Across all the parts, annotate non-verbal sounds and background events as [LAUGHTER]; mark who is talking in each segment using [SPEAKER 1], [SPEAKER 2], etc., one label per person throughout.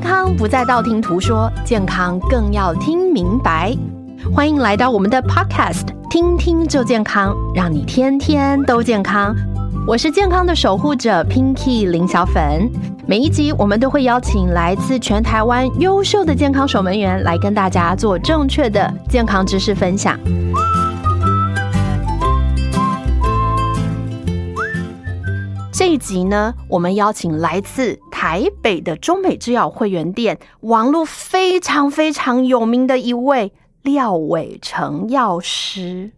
[SPEAKER 1] 康不再道听途说，健康更要听明白。欢迎来到我们的 Podcast，听听就健康，让你天天都健康。我是健康的守护者 Pinky 林小粉。每一集我们都会邀请来自全台湾优秀的健康守门员来跟大家做正确的健康知识分享。这一集呢，我们邀请来自台北的中美制药会员店网络非常非常有名的一位廖伟成药师。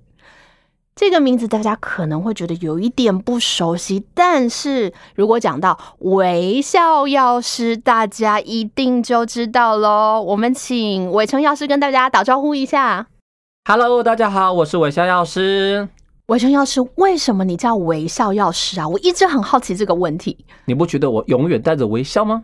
[SPEAKER 1] 这个名字大家可能会觉得有一点不熟悉，但是如果讲到微笑药师，大家一定就知道喽。我们请伟成药师跟大家打招呼一下。
[SPEAKER 2] Hello，大家好，我是韦逍药师。
[SPEAKER 1] 伟成药师，为什么你叫微笑药师啊？我一直很好奇这个问题。
[SPEAKER 2] 你不觉得我永远带着微笑吗？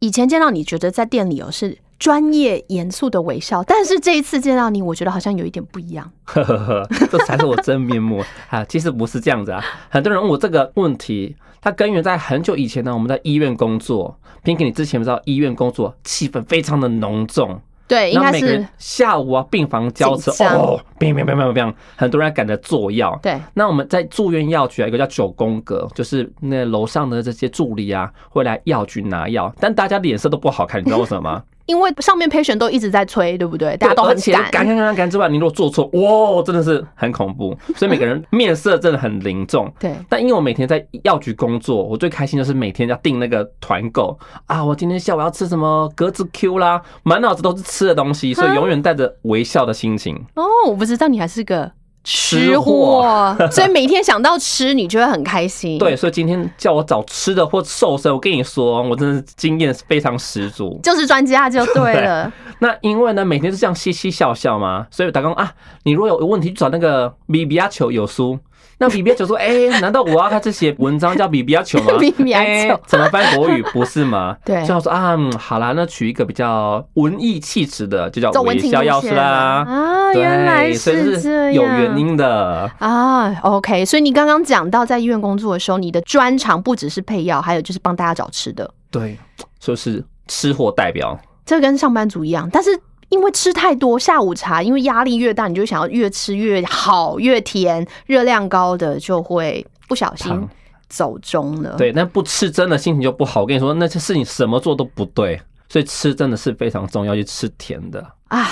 [SPEAKER 1] 以前见到你觉得在店里有是专业严肃的微笑，但是这一次见到你，我觉得好像有一点不一样。
[SPEAKER 2] 呵呵呵，这才是我真面目 [LAUGHS] 啊！其实不是这样子啊。很多人问我这个问题，它根源在很久以前呢。我们在医院工作，Pinky，你之前不知道医院工作气氛非常的浓重，
[SPEAKER 1] 对，应
[SPEAKER 2] 然
[SPEAKER 1] 该
[SPEAKER 2] 后每个人
[SPEAKER 1] 是
[SPEAKER 2] 下午啊病房交织
[SPEAKER 1] 紧张
[SPEAKER 2] 哦，砰砰砰砰砰，很多人赶着做药，
[SPEAKER 1] 对，
[SPEAKER 2] 那我们在住院药局啊，有一个叫九宫格，就是那楼上的这些助理啊，会来药局拿药，但大家脸色都不好看，你知道为什么吗？
[SPEAKER 1] 因为上面 patient 都一直在催，对不对？大家都
[SPEAKER 2] 对而
[SPEAKER 1] 很
[SPEAKER 2] 且
[SPEAKER 1] 赶，
[SPEAKER 2] 赶赶赶赶之外，你如果做错，哇，真的是很恐怖。所以每个人面色真的很凝重。
[SPEAKER 1] 对，
[SPEAKER 2] 但因为我每天在药局工作，我最开心就是每天要订那个团购啊！我今天下午要吃什么格子 Q 啦，满脑子都是吃的东西，所以永远带着微笑的心情。
[SPEAKER 1] 哦，我不知道你还是个
[SPEAKER 2] 吃
[SPEAKER 1] 吃 [LAUGHS]
[SPEAKER 2] 货
[SPEAKER 1] 货，所以每天想到吃，你就会很开心。
[SPEAKER 2] 对，，所以今天叫我找吃的或瘦身，我跟你说，我真的是经验非常十足。
[SPEAKER 1] 就是专家就对了。
[SPEAKER 2] 那因为呢，每天就这样嘻嘻笑笑嘛，所以打工啊，你如果有问题去找那个比比亚球有书。那比比
[SPEAKER 1] [LAUGHS]
[SPEAKER 2] 亚球说：“哎、难道我要他这写文章叫比比亚球吗？
[SPEAKER 1] 比比亚球
[SPEAKER 2] 哎怎么
[SPEAKER 1] [LAUGHS]
[SPEAKER 2] 翻国语不是吗？
[SPEAKER 1] 对
[SPEAKER 2] 所以我说啊、嗯好啦，那取一个比较文艺气质的，就叫
[SPEAKER 1] 走文
[SPEAKER 2] 微
[SPEAKER 1] 青
[SPEAKER 2] 笑
[SPEAKER 1] 路
[SPEAKER 2] 药师
[SPEAKER 1] 线
[SPEAKER 2] 啦。
[SPEAKER 1] 啊，
[SPEAKER 2] 对，
[SPEAKER 1] 原来
[SPEAKER 2] 所以
[SPEAKER 1] 是这样，
[SPEAKER 2] 有原因的。
[SPEAKER 1] 啊，OK，所以你刚刚讲到在医院工作的时候，你的专长不只是配药，还有就是帮大家找吃的，
[SPEAKER 2] 对，就是吃货代表。
[SPEAKER 1] 这跟上班族一样。但是因为吃太多，下午茶因为压力越大，你就想要越吃越好、越甜，热量高的就会不小心
[SPEAKER 2] 胖
[SPEAKER 1] 走中了。，
[SPEAKER 2] 对，但不吃真的心情就不好。我跟你说，那些事情什么做都不对，所以吃真的是非常重要，去吃甜的。
[SPEAKER 1] 啊，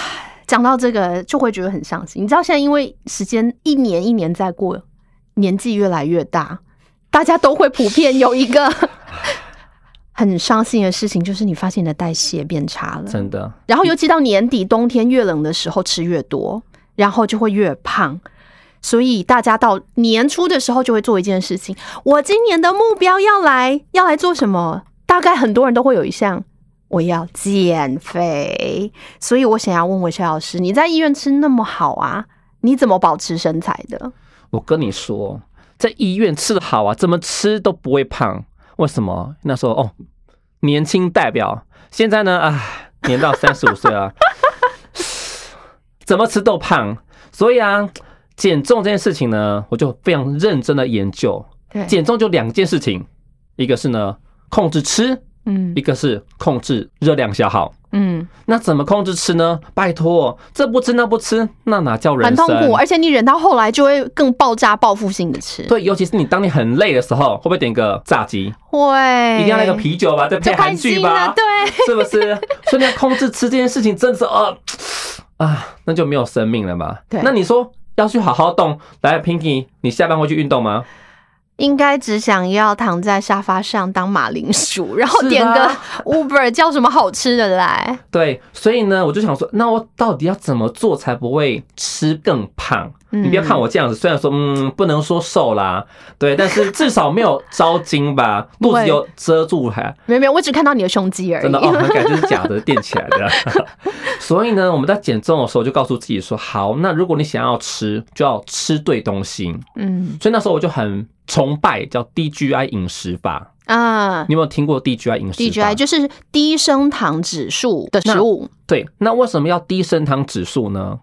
[SPEAKER 1] 讲到这个就会觉得很伤心。你知道现在因为时间一年一年在过，年纪越来越大，大家都会普遍有一个。 [LAUGHS] 很伤心的事情就是，你发现你的代谢变差了。
[SPEAKER 2] 真的，
[SPEAKER 1] 然后尤其到年底，冬天越冷的时候吃越多，然后就会越胖。所以大家到年初的时候就会做一件事情，我今年的目标要来要来做什么？大概很多人都会有一项，我要减肥。所以我想要问韦小老师，你在医院吃那么好啊，你怎么保持身材的？
[SPEAKER 2] 我跟你说，在医院吃的好啊，怎么吃都不会胖。为什么？那时候哦，年轻代表，现在呢，唉，年到三十五岁了，怎么吃都胖。所以啊，减重这件事情呢，我就非常认真的研究。
[SPEAKER 1] 对
[SPEAKER 2] 减重就两件事情，一个是呢控制吃，
[SPEAKER 1] 嗯
[SPEAKER 2] 一个是控制热量消耗。
[SPEAKER 1] 嗯，
[SPEAKER 2] 那怎么控制吃呢？拜托，这不吃那不吃，那哪叫人
[SPEAKER 1] 很
[SPEAKER 2] 生？
[SPEAKER 1] 痛苦，啊而且你忍到后来就会更爆炸、报复性的吃，
[SPEAKER 2] 对，尤其是你当你很累的时候，会不会点个炸鸡？
[SPEAKER 1] 会
[SPEAKER 2] 一定要那个啤酒吧，再
[SPEAKER 1] 哎就
[SPEAKER 2] 配
[SPEAKER 1] 开
[SPEAKER 2] 韩
[SPEAKER 1] 心
[SPEAKER 2] 剧
[SPEAKER 1] 了，
[SPEAKER 2] 吧，
[SPEAKER 1] 对。
[SPEAKER 2] [LAUGHS] 是不是？所以你要控制吃这件事情，真的是啊啊，那就没有生命了嘛。
[SPEAKER 1] 对
[SPEAKER 2] 那你说要去好好动，来，Pinky，你下班会去运动吗？
[SPEAKER 1] 应该只想要躺在沙发上当马铃薯，然后
[SPEAKER 2] 是吧
[SPEAKER 1] 点个 Uber 叫什么好吃的来。
[SPEAKER 2] 对，所以呢，我就想说，那我到底要怎么做才不会吃更胖？
[SPEAKER 1] 嗯
[SPEAKER 2] 你不要看我这样子，虽然说嗯不能说瘦啦，对，但是至少没有 [LAUGHS] 招筋吧，
[SPEAKER 1] 不
[SPEAKER 2] 肚
[SPEAKER 1] 会
[SPEAKER 2] 子有遮住还
[SPEAKER 1] 没有没有，我只看到你的胸肌而已。
[SPEAKER 2] 真的
[SPEAKER 1] [LAUGHS]
[SPEAKER 2] 哦，很感觉是假的垫起来的。 [LAUGHS] 所以呢，我们在减重的时候就告诉自己说，好，那如果你想要吃，就要吃对东西。
[SPEAKER 1] 嗯
[SPEAKER 2] 所以那时候我就很崇拜叫低 GI 饮食法，
[SPEAKER 1] 啊
[SPEAKER 2] 你有没有听过低 GI 饮食法
[SPEAKER 1] ，DGI 就是低升糖指数的食物。
[SPEAKER 2] 对，那为什么要低升糖指数呢？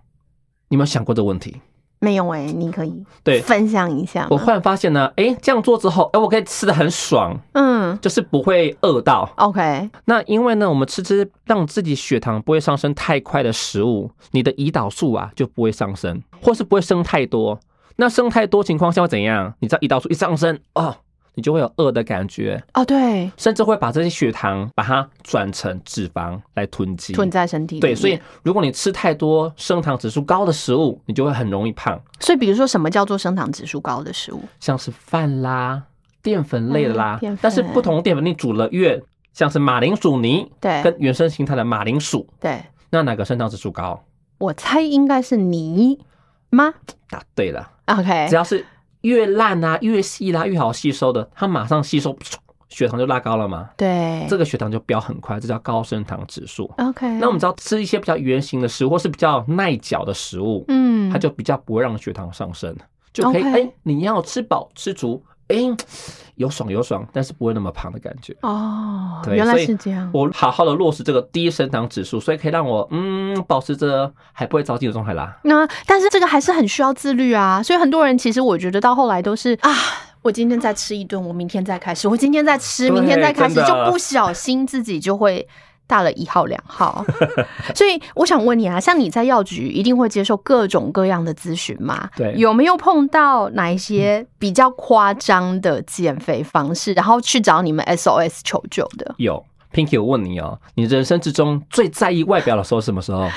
[SPEAKER 2] 你有没有想过这个问题？
[SPEAKER 1] 没有哎、你可以 [LAUGHS]
[SPEAKER 2] 对
[SPEAKER 1] 分享一下吗
[SPEAKER 2] 我忽然发现呢，哎、这样做之后，哎、我可以吃的很爽，
[SPEAKER 1] 嗯
[SPEAKER 2] 就是不会饿到。
[SPEAKER 1] ，OK，
[SPEAKER 2] 那因为呢，我们吃吃让自己血糖不会上升太快的食物，你的胰岛素啊就不会上升，或是不会升太多。那升太多情况下会怎样？你知道胰岛素一上升哦，你就会有饿的感觉，
[SPEAKER 1] 哦对，
[SPEAKER 2] 甚至会把这些血糖把它转成脂肪来囤积。
[SPEAKER 1] 囤在身体里
[SPEAKER 2] 对，所以
[SPEAKER 1] 面
[SPEAKER 2] 如果你吃太多升糖指数高的食物，你就会很容易胖，
[SPEAKER 1] 所以比如说什么叫做升糖指数高的食物？
[SPEAKER 2] 像是饭啦、淀粉类的啦
[SPEAKER 1] 嗯淀粉。
[SPEAKER 2] 但是不同的淀粉你煮了越像是马铃薯泥
[SPEAKER 1] 对
[SPEAKER 2] 跟原生形态的马铃薯，
[SPEAKER 1] 对，
[SPEAKER 2] 那哪个升糖指数高？
[SPEAKER 1] 我猜应该是泥吗
[SPEAKER 2] 答对了，
[SPEAKER 1] ？OK，
[SPEAKER 2] 哎只要是越烂啊、越细啦、越好吸收的，它马上吸收，血糖就拉高了嘛。
[SPEAKER 1] 对，
[SPEAKER 2] 这个血糖就飙很快，这叫高升糖指数。
[SPEAKER 1] OK，
[SPEAKER 2] 那我们只要吃一些比较圆形的食物，或是比较耐嚼的食物，
[SPEAKER 1] 嗯，
[SPEAKER 2] 它就比较不会让血糖上升，就可以
[SPEAKER 1] OK
[SPEAKER 2] 哎、你要吃饱吃足，哎、有爽有爽，但是不会那么胖的感觉。
[SPEAKER 1] 哦，
[SPEAKER 2] 对
[SPEAKER 1] 原来
[SPEAKER 2] 所以
[SPEAKER 1] 是这样，
[SPEAKER 2] 我好好的落实这个低升糖指数，所以可以让我嗯保持着还不会着急的状态啦。
[SPEAKER 1] 那但是这个还是很需要自律啊，所以很多人其实我觉得到后来都是啊，我今天再吃一顿，我明天再开始，我今天再吃，
[SPEAKER 2] 对
[SPEAKER 1] 明天再开始，
[SPEAKER 2] 真的
[SPEAKER 1] 就不小心自己就会。大了一号两号， [LAUGHS] 所以我想问你啊，像你在药局一定会接受各种各样的咨询嘛？
[SPEAKER 2] 对
[SPEAKER 1] 有没有碰到哪一些比较夸张的减肥方式，然后去找你们 SOS 求救的？
[SPEAKER 2] 有 Pinky，我问你哦，你人生之中最在意外表的时候是什么时候？ [LAUGHS]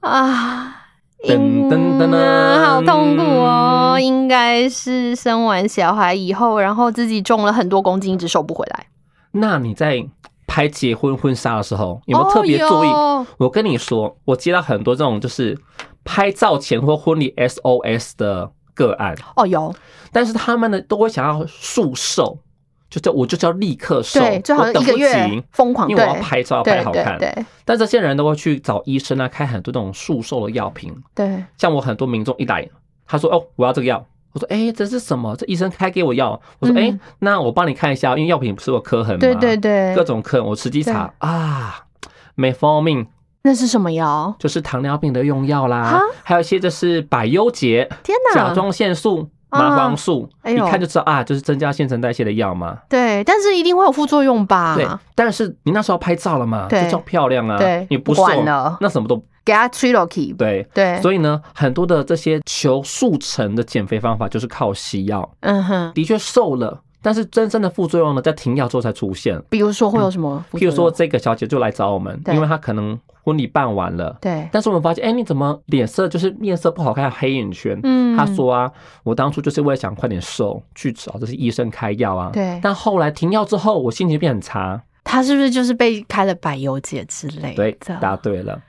[SPEAKER 1] 啊，
[SPEAKER 2] 噔
[SPEAKER 1] 应
[SPEAKER 2] 噔噔噔
[SPEAKER 1] 啊好痛苦哦！
[SPEAKER 2] 嗯
[SPEAKER 1] 应该是生完小孩以后，然后自己重了很多公斤，一直瘦不回来。
[SPEAKER 2] 那你在拍结婚婚纱的时候有没有特别注意？
[SPEAKER 1] 哦
[SPEAKER 2] 我跟你说，我接到很多这种就是拍照前或婚礼 SOS 的个案，
[SPEAKER 1] 有哦，有，
[SPEAKER 2] 但是他们呢都会想要速瘦，就叫我就叫立刻瘦，
[SPEAKER 1] 对，最好
[SPEAKER 2] 我等
[SPEAKER 1] 一个
[SPEAKER 2] 不
[SPEAKER 1] 月
[SPEAKER 2] 及，
[SPEAKER 1] 疯狂，
[SPEAKER 2] 因
[SPEAKER 1] 对
[SPEAKER 2] 为我要拍照要
[SPEAKER 1] 对
[SPEAKER 2] 拍好看。
[SPEAKER 1] 对对
[SPEAKER 2] 但这些人都会去找医生啊，开很多这种速瘦的药品，
[SPEAKER 1] 对，
[SPEAKER 2] 像我很多民众一来，他说哦我要这个药。我说，哎、这是什么？这医生开给我药。我说，哎、
[SPEAKER 1] 嗯
[SPEAKER 2] 那我帮你看一下，因为药品不是有刻痕吗？
[SPEAKER 1] 对对对
[SPEAKER 2] 各种坑，我吃鸡茶啊，美蜂命
[SPEAKER 1] 那是什么药？
[SPEAKER 2] 就是糖尿病的用药
[SPEAKER 1] 哈
[SPEAKER 2] 啦，还有一些就是百忧解、
[SPEAKER 1] 天
[SPEAKER 2] 甲
[SPEAKER 1] 哪！
[SPEAKER 2] 状腺素、
[SPEAKER 1] 啊
[SPEAKER 2] 麻黄素，
[SPEAKER 1] 哎
[SPEAKER 2] 一
[SPEAKER 1] 呦
[SPEAKER 2] 看就知道啊，就是增加新陈代谢的药嘛。
[SPEAKER 1] 对，但是一定会有副作用吧？
[SPEAKER 2] 对，但是你那时候拍照了嘛，
[SPEAKER 1] 啊对
[SPEAKER 2] 这叫漂亮啊
[SPEAKER 1] 对，
[SPEAKER 2] 你不
[SPEAKER 1] 不
[SPEAKER 2] 瘦
[SPEAKER 1] 管了
[SPEAKER 2] 那什么都
[SPEAKER 1] 给他吹了 k
[SPEAKER 2] 对。
[SPEAKER 1] 对，
[SPEAKER 2] 所以呢，很多的这些求速成的减肥方法就是靠西药，
[SPEAKER 1] 嗯哼，
[SPEAKER 2] 的确瘦了，但是真正的副作用呢，在停药之后才出现。
[SPEAKER 1] 比如说会有什么副作
[SPEAKER 2] 譬
[SPEAKER 1] 用？
[SPEAKER 2] 嗯如说，这个小姐就来找我们，
[SPEAKER 1] 对
[SPEAKER 2] 因为她可能婚礼办完了，
[SPEAKER 1] 对，
[SPEAKER 2] 但是我们发现，哎、你怎么脸色就是面色不好看，黑眼圈？
[SPEAKER 1] 嗯
[SPEAKER 2] 她说啊，我当初就是为了想快点瘦，去找这些医生开药啊。
[SPEAKER 1] 对
[SPEAKER 2] 但后来停药之后，我心情变很差。
[SPEAKER 1] 他是不是就是被开了百忧解之类的？
[SPEAKER 2] 对，答对了。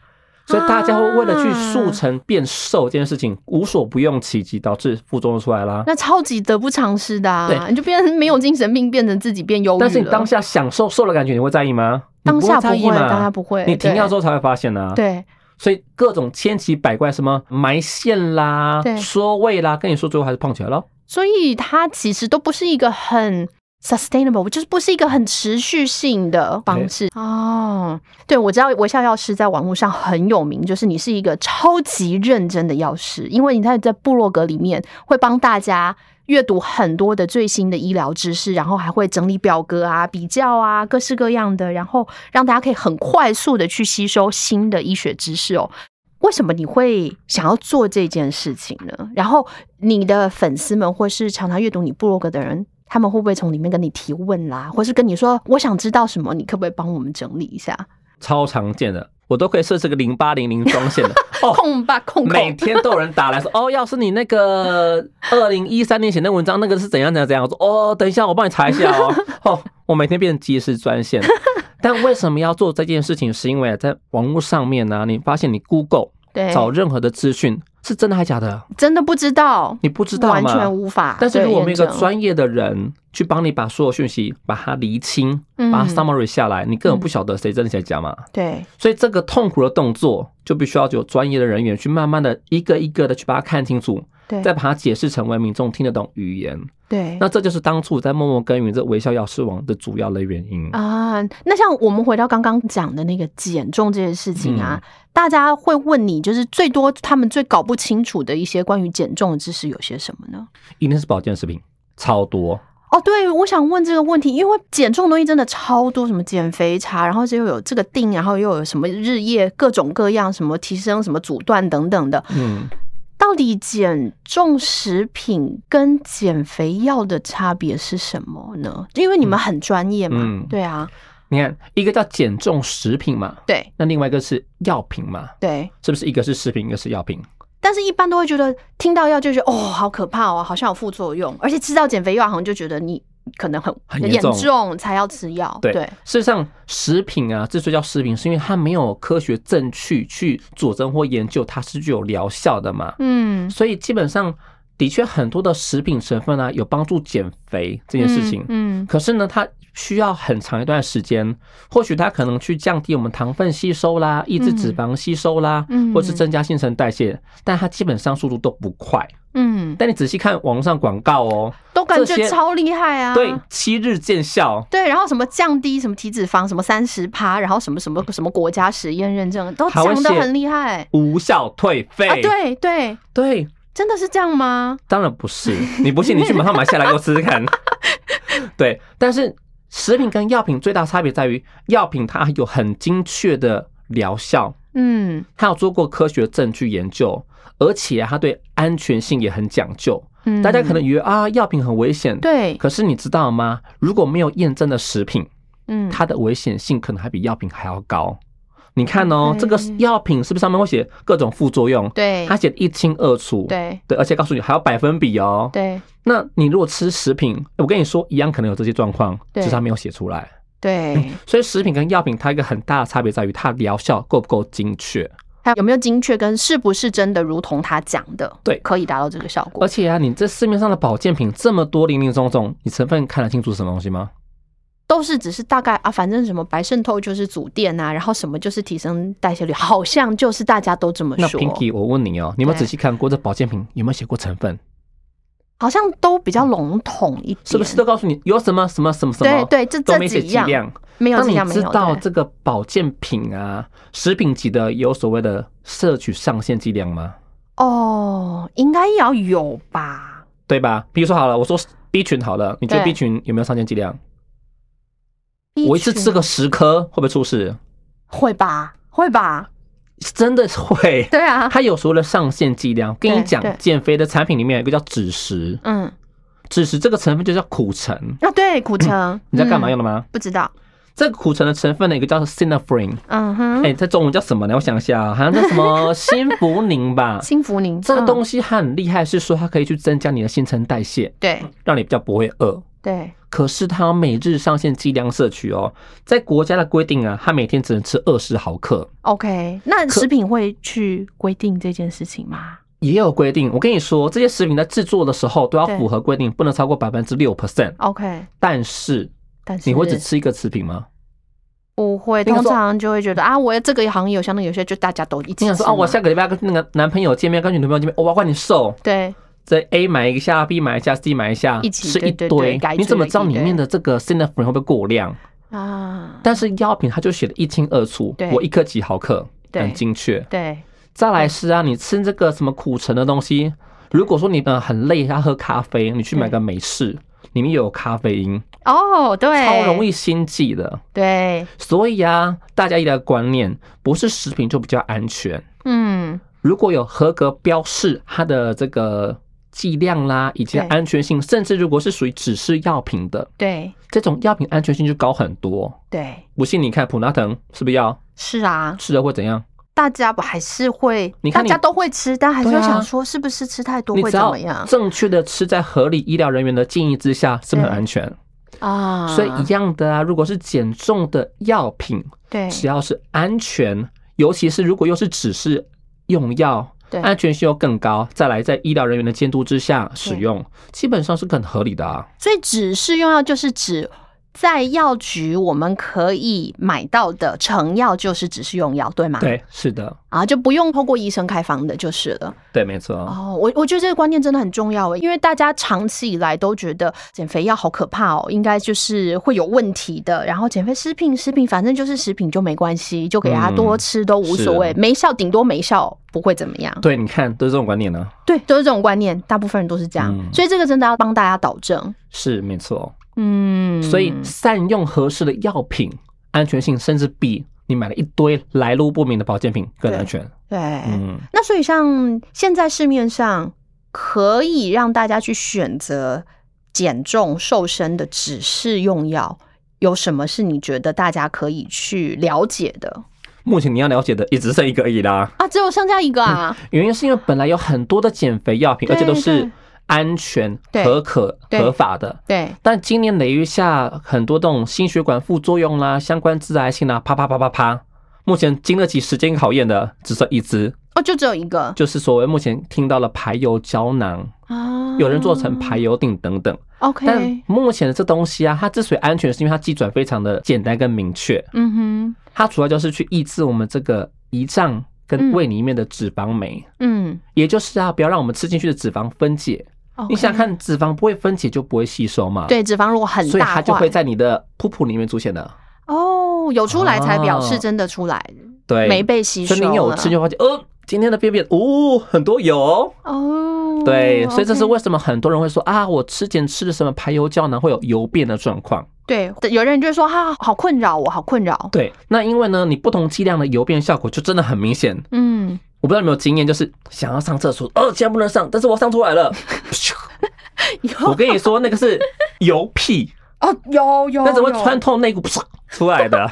[SPEAKER 2] 所以大家会为了去速成变瘦这件事情，无所不用其极，导致副作用出来啦。
[SPEAKER 1] 那超级得不偿失的啊！
[SPEAKER 2] 对
[SPEAKER 1] 你就变成没有精神病，变成自己变忧郁了。
[SPEAKER 2] 但是你当下享受瘦的感觉，你会在意吗？你
[SPEAKER 1] 当下不
[SPEAKER 2] 在意
[SPEAKER 1] 会，当下
[SPEAKER 2] 嘛？
[SPEAKER 1] 不会。
[SPEAKER 2] 你停药之后才会发现呢、啊。
[SPEAKER 1] 对
[SPEAKER 2] 所以各种千奇百怪，什么埋线啦
[SPEAKER 1] 对、
[SPEAKER 2] 缩胃啦，跟你说最后还是胖起来了。
[SPEAKER 1] 对，所以它其实都不是一个很 sustainable，就是不是一个很持续性的方式哦。对，我知道微笑药师在网络上很有名，就是你是一个超级认真的药师，因为你在在部落格里面会帮大家。阅读很多的最新的医疗知识，然后还会整理表格啊、比较啊，各式各样的，然后让大家可以很快速的去吸收新的医学知识哦。为什么你会想要做这件事情呢？然后你的粉丝们，或是常常阅读你部落格的人，他们会不会从里面跟你提问啦，或是跟你说我想知道什么，你可不可以帮我们整理一下？
[SPEAKER 2] 哎超常见的，我都可以设置个零八零零专
[SPEAKER 1] [LAUGHS]
[SPEAKER 2] 线的哦。
[SPEAKER 1] 空吧，空
[SPEAKER 2] 每
[SPEAKER 1] 空。
[SPEAKER 2] 天都有人打来说， [LAUGHS] 哦，要是你那个二零一三年写那文章，那个是怎样怎样怎样，我说哦，等一下我帮你查一下
[SPEAKER 1] [LAUGHS]
[SPEAKER 2] 哦。哦，我每天变成即时专线。但为什么要做这件事情？是因为在网络上面呢、你发现你 Google
[SPEAKER 1] 对，
[SPEAKER 2] 找任何的资讯是真的还假的，
[SPEAKER 1] 真的不知道，
[SPEAKER 2] 你不知道
[SPEAKER 1] 完
[SPEAKER 2] 吗？
[SPEAKER 1] 全无法。
[SPEAKER 2] 但是如果我们有一个
[SPEAKER 1] 对验证
[SPEAKER 2] 专业的人去帮你把所有讯息把它厘清，
[SPEAKER 1] 嗯
[SPEAKER 2] 把它 summary 下来，你根本不晓得谁真的谁假嘛。
[SPEAKER 1] 对，
[SPEAKER 2] 所以这个痛苦的动作就必须要有专业的人员去慢慢的一个一个的去把它看清楚，
[SPEAKER 1] 对
[SPEAKER 2] 再把它解释成为民众听得懂语言。
[SPEAKER 1] 对
[SPEAKER 2] 那这就是当初我在默默耕耘这微笑药师王的主要的原因。
[SPEAKER 1] 啊，那像我们回到刚刚讲的那个减重这件事情啊，大家会问你，就是最多他们最搞不清楚的一些关于减重的知识有些什么呢？
[SPEAKER 2] 一定是保健食品，超多。
[SPEAKER 1] 哦，对，我想问这个问题，因为减重东西真的超多，什么减肥茶，然后又有这个定，然后又有什么日夜各种各样，什么提升、什么阻断等等的。
[SPEAKER 2] 嗯，
[SPEAKER 1] 到底减重食品跟减肥药的差别是什么呢？因为你们很专业嘛，
[SPEAKER 2] 嗯
[SPEAKER 1] 对啊，
[SPEAKER 2] 你看，一个叫减重食品嘛，
[SPEAKER 1] 对
[SPEAKER 2] 那另外一个是药品嘛，
[SPEAKER 1] 对。
[SPEAKER 2] 是不是一个是食品，一个是药品？
[SPEAKER 1] 但是，一般都会觉得听到药就觉得哦，好可怕哦，好像有副作用，而且吃到减肥药好像就觉得你可能很
[SPEAKER 2] 很严重
[SPEAKER 1] 才要吃药。
[SPEAKER 2] 对，事实上，食品啊，之所以叫食品，是因为它没有科学证据去佐证或研究它是具有疗效的嘛。
[SPEAKER 1] 嗯，
[SPEAKER 2] 所以基本上，的确很多的食品成分啊，有帮助减肥这件事情。
[SPEAKER 1] 嗯，嗯
[SPEAKER 2] 可是呢，它需要很长一段时间，或许它可能去降低我们糖分吸收啦，抑制脂肪吸收啦，
[SPEAKER 1] 嗯
[SPEAKER 2] 或是增加新陈代谢，但它基本上速度都不快。
[SPEAKER 1] 嗯，
[SPEAKER 2] 但你仔细看网络上广告哦，
[SPEAKER 1] 都感
[SPEAKER 2] 这
[SPEAKER 1] 觉
[SPEAKER 2] 些
[SPEAKER 1] 超厉害啊。哦
[SPEAKER 2] 对，七日见效，
[SPEAKER 1] 对，然后什么降低什么体脂肪，什么三十趴，然后什么什么什么国家实验认证，都
[SPEAKER 2] 还会
[SPEAKER 1] 讲的
[SPEAKER 2] 写
[SPEAKER 1] 很厉害
[SPEAKER 2] 无效退费。
[SPEAKER 1] 啊。对对，
[SPEAKER 2] 对
[SPEAKER 1] 真的是这样吗？
[SPEAKER 2] 当然不是，你不信你去马上买下来给我试试
[SPEAKER 1] [LAUGHS]
[SPEAKER 2] 看。对，但是食品跟药品最大差别在于，药品它有很精确的疗效，
[SPEAKER 1] 嗯
[SPEAKER 2] 它有做过科学证据研究，而且啊它对安全性也很讲究。
[SPEAKER 1] 嗯，
[SPEAKER 2] 大家可能以为啊，药品很危险，
[SPEAKER 1] 对，
[SPEAKER 2] 可是你知道吗？如果没有验证的食品，
[SPEAKER 1] 嗯，
[SPEAKER 2] 它的危险性可能还比药品还要高。你看哦，
[SPEAKER 1] OK
[SPEAKER 2] 这个药品是不是上面会写各种副作用？
[SPEAKER 1] 对
[SPEAKER 2] 它写的一清二楚。
[SPEAKER 1] 对
[SPEAKER 2] 对，而且告诉你还有百分比哦。
[SPEAKER 1] 对
[SPEAKER 2] 那你如果吃食品，我跟你说，一样可能有这些状况，
[SPEAKER 1] 对
[SPEAKER 2] 只是它没有写出来。
[SPEAKER 1] 对，
[SPEAKER 2] 所以食品跟药品它一个很大的差别在于它疗效够不够精确。
[SPEAKER 1] 还有有没有精确跟是不是真的如同他讲的，
[SPEAKER 2] 对
[SPEAKER 1] 可以达到这个效果
[SPEAKER 2] 而。且啊，你这市面上的保健品这么多零零总总，你成分看得清楚是什么东西吗？
[SPEAKER 1] 都是只是大概啊，反正什么白渗透就是组电啊，然后什么就是提升代谢率，好像就是大家都这么
[SPEAKER 2] 那
[SPEAKER 1] 说，
[SPEAKER 2] Pinky，我问你哦，你有没有
[SPEAKER 1] 对
[SPEAKER 2] 仔细看过这保健品有没有写过成分？
[SPEAKER 1] 好像都比较笼统一点，
[SPEAKER 2] 嗯是不是都告诉你有什么什么什么什
[SPEAKER 1] 对
[SPEAKER 2] 么？
[SPEAKER 1] 对，这
[SPEAKER 2] 都
[SPEAKER 1] 这
[SPEAKER 2] 没写
[SPEAKER 1] 几
[SPEAKER 2] 剂
[SPEAKER 1] 样
[SPEAKER 2] 量。
[SPEAKER 1] 没有
[SPEAKER 2] 当
[SPEAKER 1] 几
[SPEAKER 2] 你
[SPEAKER 1] 样没
[SPEAKER 2] 知
[SPEAKER 1] 有
[SPEAKER 2] 道
[SPEAKER 1] 对
[SPEAKER 2] 这个保健品啊，食品级的有所谓的摄取上限剂量吗？
[SPEAKER 1] 哦，应该要有吧？
[SPEAKER 2] 对吧？比如说好了，我说 B 群好了，你觉得
[SPEAKER 1] 对
[SPEAKER 2] B 群有没有上限剂量？我一次吃
[SPEAKER 1] 群
[SPEAKER 2] 个十颗会不会出事？
[SPEAKER 1] 会吧？会吧？
[SPEAKER 2] 真的
[SPEAKER 1] [LAUGHS]
[SPEAKER 2] 会。
[SPEAKER 1] 对啊，
[SPEAKER 2] 它有所谓的上限剂量，跟
[SPEAKER 1] 对
[SPEAKER 2] 你讲
[SPEAKER 1] 对，
[SPEAKER 2] 减肥的产品里面有一个叫枳实，
[SPEAKER 1] 嗯，
[SPEAKER 2] 枳实这个成分就叫苦橙，
[SPEAKER 1] 啊对，苦橙，
[SPEAKER 2] 你知道干嘛
[SPEAKER 1] 嗯
[SPEAKER 2] 用的吗？
[SPEAKER 1] 不知道，
[SPEAKER 2] 这个苦橙的成分呢，有一个叫 synephrine，
[SPEAKER 1] 嗯哼，
[SPEAKER 2] 哎、这中文叫什么呢？我想一下啊，好像叫什
[SPEAKER 1] [LAUGHS]
[SPEAKER 2] 么新福宁吧。
[SPEAKER 1] 幸福宁
[SPEAKER 2] 这个
[SPEAKER 1] 嗯
[SPEAKER 2] 东西它很厉害，是说它可以去增加你的新陈代谢，
[SPEAKER 1] 对
[SPEAKER 2] 让你比较不会饿。
[SPEAKER 1] 对，
[SPEAKER 2] 可是它有每日上限剂量摄取哦，在国家的规定啊，它每天只能吃二十毫克，
[SPEAKER 1] OK，那
[SPEAKER 2] 可
[SPEAKER 1] 食品会去规定这件事情吗？
[SPEAKER 2] 也有规定。我跟你说，这些食品在制作的时候都要
[SPEAKER 1] 对
[SPEAKER 2] 符合规定，不能超过百分之六 percent。
[SPEAKER 1] OK，
[SPEAKER 2] 但是
[SPEAKER 1] 但是
[SPEAKER 2] 你会只吃一个食品吗？
[SPEAKER 1] 不会，
[SPEAKER 2] 你
[SPEAKER 1] 通
[SPEAKER 2] 想说
[SPEAKER 1] 常就会觉得啊，我这个行业有相当有些，就大家都一
[SPEAKER 2] 你
[SPEAKER 1] 起
[SPEAKER 2] 想
[SPEAKER 1] 吃
[SPEAKER 2] 说啊，我
[SPEAKER 1] 嘛
[SPEAKER 2] 下个礼拜跟那个男朋友见面，跟女朋友见面，我要怪你瘦，
[SPEAKER 1] 对
[SPEAKER 2] 这 A 买一下，B 买一下，C 买一下，
[SPEAKER 1] 一起
[SPEAKER 2] 吃
[SPEAKER 1] 对
[SPEAKER 2] 一
[SPEAKER 1] 对对
[SPEAKER 2] 堆
[SPEAKER 1] 改，
[SPEAKER 2] 你
[SPEAKER 1] 吃
[SPEAKER 2] 怎么
[SPEAKER 1] 了一
[SPEAKER 2] 知道里
[SPEAKER 1] 堆
[SPEAKER 2] 面的这个 c i n a f r i n 会不会过量？
[SPEAKER 1] 啊，
[SPEAKER 2] 但是药品它就写的一清二楚
[SPEAKER 1] 对，
[SPEAKER 2] 我一颗几毫克，
[SPEAKER 1] 对
[SPEAKER 2] 很精确。
[SPEAKER 1] 对
[SPEAKER 2] 再来是啊，你吃这个什么苦橙的东西，如果说你呃很累，要喝咖啡，你去买个美式，里面有咖啡因，
[SPEAKER 1] 哦，对，
[SPEAKER 2] 超容易心悸的。
[SPEAKER 1] 对，
[SPEAKER 2] 所以啊，大家一来观念，不是食品就比较安全。
[SPEAKER 1] 嗯
[SPEAKER 2] 如果有合格标示它的这个剂量啦，以及
[SPEAKER 1] 对
[SPEAKER 2] 安全性，甚至如果是属于只是药品的，
[SPEAKER 1] 对
[SPEAKER 2] 这种药品安全性就高很多。
[SPEAKER 1] 对，
[SPEAKER 2] 不信你看普拉腾是不是药
[SPEAKER 1] 是啊，
[SPEAKER 2] 吃了会怎样？
[SPEAKER 1] 大家不还是会，
[SPEAKER 2] 你
[SPEAKER 1] 大
[SPEAKER 2] 看你
[SPEAKER 1] 家都会吃，但还是会
[SPEAKER 2] 对啊
[SPEAKER 1] 想说是不是吃太多
[SPEAKER 2] 你
[SPEAKER 1] 会
[SPEAKER 2] 只
[SPEAKER 1] 怎
[SPEAKER 2] 要
[SPEAKER 1] 么样
[SPEAKER 2] 正确的吃，在合理医疗人员的建议之下，是不是很
[SPEAKER 1] 对
[SPEAKER 2] 安全？
[SPEAKER 1] 啊？
[SPEAKER 2] 所以一样的啊，如果是减重的药品，
[SPEAKER 1] 对
[SPEAKER 2] 只要是安全，尤其是如果又是只是用药，
[SPEAKER 1] 对
[SPEAKER 2] 安全性又更高，再来在医疗人员的监督之下使
[SPEAKER 1] 对
[SPEAKER 2] 用，基本上是更合理的啊。
[SPEAKER 1] 所以只是用药就是指在药局我们可以买到的成药就是只是用药，对吗？
[SPEAKER 2] 对，是的，
[SPEAKER 1] 啊，就不用通过医生开方的，就是了。
[SPEAKER 2] 对，没错。
[SPEAKER 1] 哦，我我觉得这个观念真的很重要诶，欸因为大家长期以来都觉得减肥药好可怕哦，应该就是会有问题的。然后减肥食品，食品反正就是食品就没关系，就给大家多吃都无所谓，
[SPEAKER 2] 嗯是
[SPEAKER 1] 没效顶多没效，不会怎么样。
[SPEAKER 2] 对，你看都是这种观念呢、
[SPEAKER 1] 对，都是这种观念，大部分人都是这样，
[SPEAKER 2] 嗯
[SPEAKER 1] 所以这个真的要帮大家导正。
[SPEAKER 2] 是没错。
[SPEAKER 1] 嗯，
[SPEAKER 2] 所以善用合适的药品，安全性甚至比你买了一堆来路不明的保健品更安全。
[SPEAKER 1] 对，
[SPEAKER 2] 嗯，
[SPEAKER 1] 那所以像现在市面上可以让大家去选择减重瘦身的指示用药，有什么是你觉得大家可以去了解的
[SPEAKER 2] 目前你要了解的也只剩一个而已啦。
[SPEAKER 1] 啊？只有剩下一个啊，
[SPEAKER 2] 原因是因为本来有很多的减肥药品，
[SPEAKER 1] 对
[SPEAKER 2] 而且都
[SPEAKER 1] 对
[SPEAKER 2] 是安全、
[SPEAKER 1] 对
[SPEAKER 2] 合可、
[SPEAKER 1] 对
[SPEAKER 2] 合法的。
[SPEAKER 1] 对
[SPEAKER 2] 但今年累遇下很多这种心血管副作用啦、相关致癌性啦，啪啪啪啪啪。目前经得起时间考验的只剩一支，
[SPEAKER 1] 哦，就只有一个
[SPEAKER 2] 就是所谓目前听到了排油胶囊，
[SPEAKER 1] 啊
[SPEAKER 2] 有人做成排油锭等等。但
[SPEAKER 1] ，OK，
[SPEAKER 2] 目前的这东西啊，它之所以安全，是因为它机转非常的简单跟明确，
[SPEAKER 1] 嗯哼，
[SPEAKER 2] 它主要就是去抑制我们这个胰脏跟
[SPEAKER 1] 嗯
[SPEAKER 2] 胃里面的脂肪酶，
[SPEAKER 1] 嗯
[SPEAKER 2] 也就是啊，不要让我们吃进去的脂肪分解。
[SPEAKER 1] o
[SPEAKER 2] 你想想，看，脂肪不会分解就不会吸收嘛，，
[SPEAKER 1] 哦对，脂肪如果很
[SPEAKER 2] 所以
[SPEAKER 1] 大
[SPEAKER 2] 它就
[SPEAKER 1] 块
[SPEAKER 2] 会在你的噗噗里面出现的。
[SPEAKER 1] 哦，有出来才表示
[SPEAKER 2] 哦
[SPEAKER 1] 真的出来，
[SPEAKER 2] 对，
[SPEAKER 1] 没被吸收
[SPEAKER 2] 所
[SPEAKER 1] 了，
[SPEAKER 2] 以你有吃就发现，呃，今天的便便哦很多油哦。
[SPEAKER 1] 哦，
[SPEAKER 2] 对，所以这是
[SPEAKER 1] OK
[SPEAKER 2] 为什么很多人会说啊，我吃减吃的什么排油胶囊会有油便的状况。
[SPEAKER 1] 对，有的人就会说哈、好困扰我，好困扰。
[SPEAKER 2] 对，那因为呢，你不同剂量的油便效果就真的很明显。
[SPEAKER 1] 嗯，
[SPEAKER 2] 我不知道有没有经验，就是想要上厕所，哦，竟然不能上，但是我上出
[SPEAKER 1] [LAUGHS]
[SPEAKER 2] 来了。咻我
[SPEAKER 1] 有
[SPEAKER 2] 跟你说，那个是油屁，
[SPEAKER 1] 哦，有有，
[SPEAKER 2] 那怎么
[SPEAKER 1] 有
[SPEAKER 2] 会穿透内裤噗出
[SPEAKER 1] [LAUGHS]
[SPEAKER 2] 来的？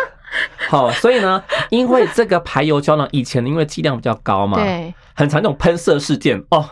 [SPEAKER 2] 好，所以呢，因为这个排油胶囊以前因为剂量比较高嘛，
[SPEAKER 1] 对，
[SPEAKER 2] 很常这种喷射事件哦，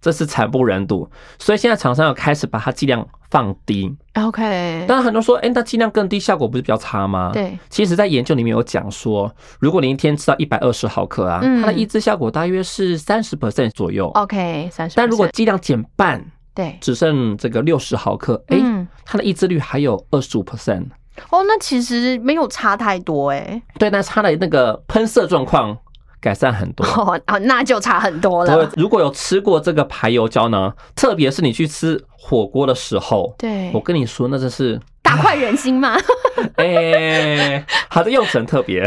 [SPEAKER 2] 这是惨不忍睹。所以现在厂商要开始把它剂量放低。
[SPEAKER 1] OK，
[SPEAKER 2] 当然，很多人说，哎、那剂量更低，效果不是比较差吗？。
[SPEAKER 1] 对，
[SPEAKER 2] 其实，在研究里面有讲说，如果你一天吃到一百二十毫克啊，
[SPEAKER 1] 嗯
[SPEAKER 2] 它的抑制效果大约是三十 percent 左右。
[SPEAKER 1] ，OK，三十。
[SPEAKER 2] 但如果剂量减半，
[SPEAKER 1] 对，
[SPEAKER 2] 只剩这个六十毫克，哎、
[SPEAKER 1] 嗯
[SPEAKER 2] 它的抑制率还有二十五 percent。
[SPEAKER 1] 哦，那其实没有差太多哎，
[SPEAKER 2] 对，但是它的那个喷射状况改善很多。
[SPEAKER 1] 哦，啊，那就差很多
[SPEAKER 2] 所以
[SPEAKER 1] 了。
[SPEAKER 2] 如果有吃过这个排油胶囊，特别是你去吃火锅的时候，
[SPEAKER 1] 对
[SPEAKER 2] 我，跟你说，那真是 [LAUGHS]
[SPEAKER 1] 打快人心嘛。
[SPEAKER 2] 哎，它的用神特别，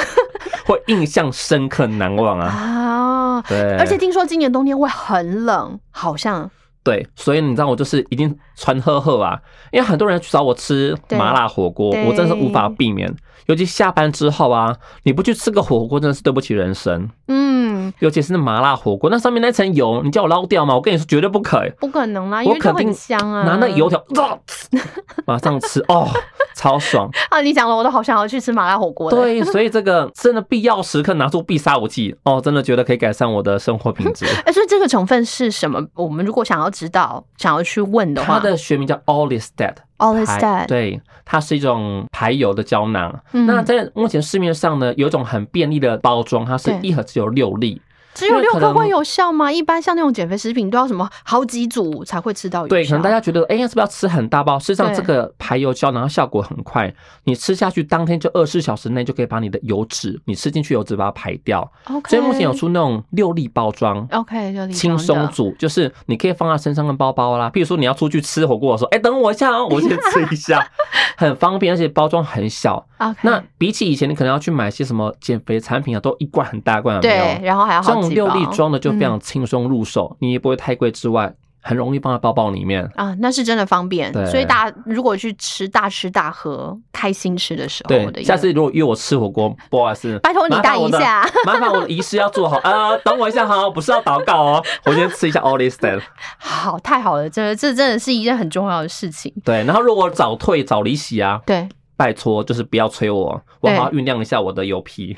[SPEAKER 2] [LAUGHS] 会印象深刻难忘啊。
[SPEAKER 1] 啊，[LAUGHS]
[SPEAKER 2] 对，
[SPEAKER 1] 而且听说今年冬天会很冷，好像
[SPEAKER 2] 对，所以你知道我就是一定穿呵呵啊，因为很多人去找我吃
[SPEAKER 1] 对
[SPEAKER 2] 麻辣火锅，
[SPEAKER 1] 对
[SPEAKER 2] 我真是无法避免。尤其下班之后啊，你不去吃个火锅，真的是对不起人生。
[SPEAKER 1] 嗯，
[SPEAKER 2] 尤其是那麻辣火锅，那上面那层油，你叫我捞掉吗？我跟你说绝对不可以，
[SPEAKER 1] 不可能啦，啊因
[SPEAKER 2] 我
[SPEAKER 1] 为就
[SPEAKER 2] 肯定
[SPEAKER 1] 很香啊。
[SPEAKER 2] 拿那油条， [LAUGHS] 啊马上吃哦，
[SPEAKER 1] [LAUGHS]
[SPEAKER 2] 超爽。
[SPEAKER 1] 啊，你讲了，我都好想要去吃麻辣火锅了。
[SPEAKER 2] 对，所以这个真的必要时刻拿出必杀武器哦，真的觉得可以改善我的生活品质。
[SPEAKER 1] 哎，所以这个成分是什么？我们如果想要知道、想要去问 [LAUGHS] 的
[SPEAKER 2] 它
[SPEAKER 1] 话
[SPEAKER 2] 的学名叫 Olistat。
[SPEAKER 1] ，all is
[SPEAKER 2] 排
[SPEAKER 1] that，
[SPEAKER 2] 对，它是一种排油的胶囊。
[SPEAKER 1] 嗯
[SPEAKER 2] 那在目前市面上呢，有一种很便利的包装，它是
[SPEAKER 1] 对
[SPEAKER 2] 一盒只有六粒。
[SPEAKER 1] 只有
[SPEAKER 2] 因为
[SPEAKER 1] 六
[SPEAKER 2] 可
[SPEAKER 1] 颗
[SPEAKER 2] 能
[SPEAKER 1] 会有效吗？一般像那种减肥食品都要什么好几组才会吃到有效。
[SPEAKER 2] 对，可能大家觉得，哎、是不是要吃很大包？事实上，
[SPEAKER 1] 对
[SPEAKER 2] 这个排油胶囊它效果很快，你吃下去当天就二十四小时内就可以把你的油脂，你吃进去油脂把它排掉。
[SPEAKER 1] OK，
[SPEAKER 2] 所以目前有出那种六粒包装。
[SPEAKER 1] OK 就理想
[SPEAKER 2] 轻
[SPEAKER 1] 的
[SPEAKER 2] 松组就是你可以放在身上跟包包啦，譬如说你要出去吃火锅，我说哎、等我一下哦，我先吃一下，很方便，而且包装很小，
[SPEAKER 1] OK，
[SPEAKER 2] 那比起以前，你可能要去买些什么减肥产品啊，都一罐很大罐，有没
[SPEAKER 1] 对，
[SPEAKER 2] 有？
[SPEAKER 1] 然后还有
[SPEAKER 2] 这
[SPEAKER 1] 好
[SPEAKER 2] 种
[SPEAKER 1] 几
[SPEAKER 2] 六
[SPEAKER 1] 包嗯
[SPEAKER 2] 粒装的就非常轻松入手，你也不会太贵，之外很容易放在包包里面。
[SPEAKER 1] 啊，那是真的方便。
[SPEAKER 2] 对
[SPEAKER 1] 所以大家如果去吃大吃大喝、开心吃的时候
[SPEAKER 2] 对
[SPEAKER 1] 的一个，
[SPEAKER 2] 下次如果约我吃火锅，不好
[SPEAKER 1] [LAUGHS]
[SPEAKER 2] 意思，
[SPEAKER 1] 拜托你
[SPEAKER 2] 麻
[SPEAKER 1] 带
[SPEAKER 2] 烦我
[SPEAKER 1] 一
[SPEAKER 2] 的
[SPEAKER 1] 下，
[SPEAKER 2] [LAUGHS] 麻烦我的仪式要做好 [LAUGHS] 啊、呃等我一下哈，不是要祷告哦， [LAUGHS] 我先吃一下 Olive Stand。
[SPEAKER 1] 好，太好了，这这真的是一件很重要的事情。
[SPEAKER 2] 对，然后如果早退早离席啊，
[SPEAKER 1] 对，
[SPEAKER 2] 拜托就是不要催我，我
[SPEAKER 1] 对
[SPEAKER 2] 好好酝酿一下我的
[SPEAKER 1] [LAUGHS]
[SPEAKER 2] 油皮。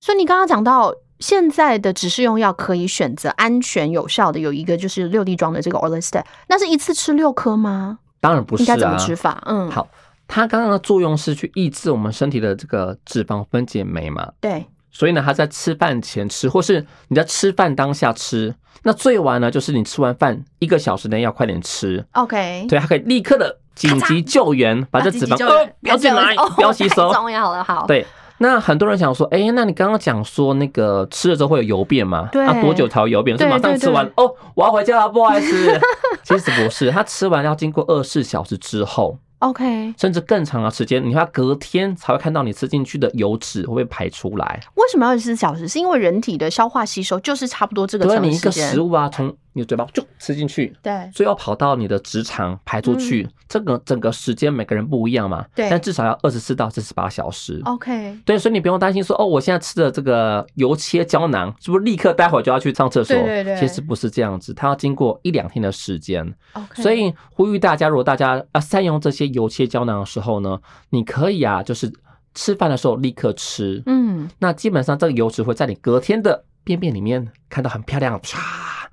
[SPEAKER 1] 所以你刚刚讲到。现在的指示用药可以选择安全有效的，有一个就是六粒装的这个 Orlistat，那是一次吃六颗吗？
[SPEAKER 2] 当然不是
[SPEAKER 1] 应
[SPEAKER 2] 啊，
[SPEAKER 1] 该怎么吃法？嗯，
[SPEAKER 2] 好它刚刚的作用是去抑制我们身体的这个脂肪分解酶嘛，
[SPEAKER 1] 对，
[SPEAKER 2] 所以呢，他在吃饭前吃，或是你在吃饭当下吃。那最晚呢，就是你吃完饭一个小时内要快点吃，
[SPEAKER 1] OK，
[SPEAKER 2] 对，它可以立刻的紧急救援，把这脂
[SPEAKER 1] 啊
[SPEAKER 2] 肪呃飙进
[SPEAKER 1] [LAUGHS]
[SPEAKER 2] 来，飙吸收。
[SPEAKER 1] 哦重要了，好，
[SPEAKER 2] 对，那很多人想说，哎、那你刚刚讲说那个吃了之后会有油变嘛？
[SPEAKER 1] 对
[SPEAKER 2] 那多久才有油变？是
[SPEAKER 1] 对
[SPEAKER 2] 马上
[SPEAKER 1] 对
[SPEAKER 2] 吃完
[SPEAKER 1] 对
[SPEAKER 2] 哦，我要回家了，不好意
[SPEAKER 1] [LAUGHS]
[SPEAKER 2] 思。其实不是，它吃完要经过二十四小时之后，
[SPEAKER 1] ，OK。
[SPEAKER 2] 甚至更长的时间，你要隔天才会看到你吃进去的油脂会被排出来。
[SPEAKER 1] 为什么要二十四小时？是因为人体的消化吸收就是差不多这个
[SPEAKER 2] 对，
[SPEAKER 1] 长
[SPEAKER 2] 你一
[SPEAKER 1] 时
[SPEAKER 2] 个
[SPEAKER 1] 间
[SPEAKER 2] 食。物啊，从你的嘴巴就吃进去，
[SPEAKER 1] 对
[SPEAKER 2] 最后跑到你的直肠排出去，这个整个时间每个人不一样嘛，
[SPEAKER 1] 嗯对哦
[SPEAKER 2] 但至少要二十四到四十八小时。
[SPEAKER 1] ，OK，
[SPEAKER 2] 对，所以你不用担心说哦，我现在吃的这个油切胶囊是不是立刻待会儿就要去上厕所？
[SPEAKER 1] 对对对
[SPEAKER 2] 其实不是这样子，它要经过一两天的时间。
[SPEAKER 1] OK，
[SPEAKER 2] 所以呼吁大家，如果大家要善用这些油切胶囊的时候呢，你可以啊，就是吃饭的时候立刻吃。
[SPEAKER 1] 嗯，
[SPEAKER 2] 那基本上这个油脂会在你隔天的便便里面看到很漂亮，啪，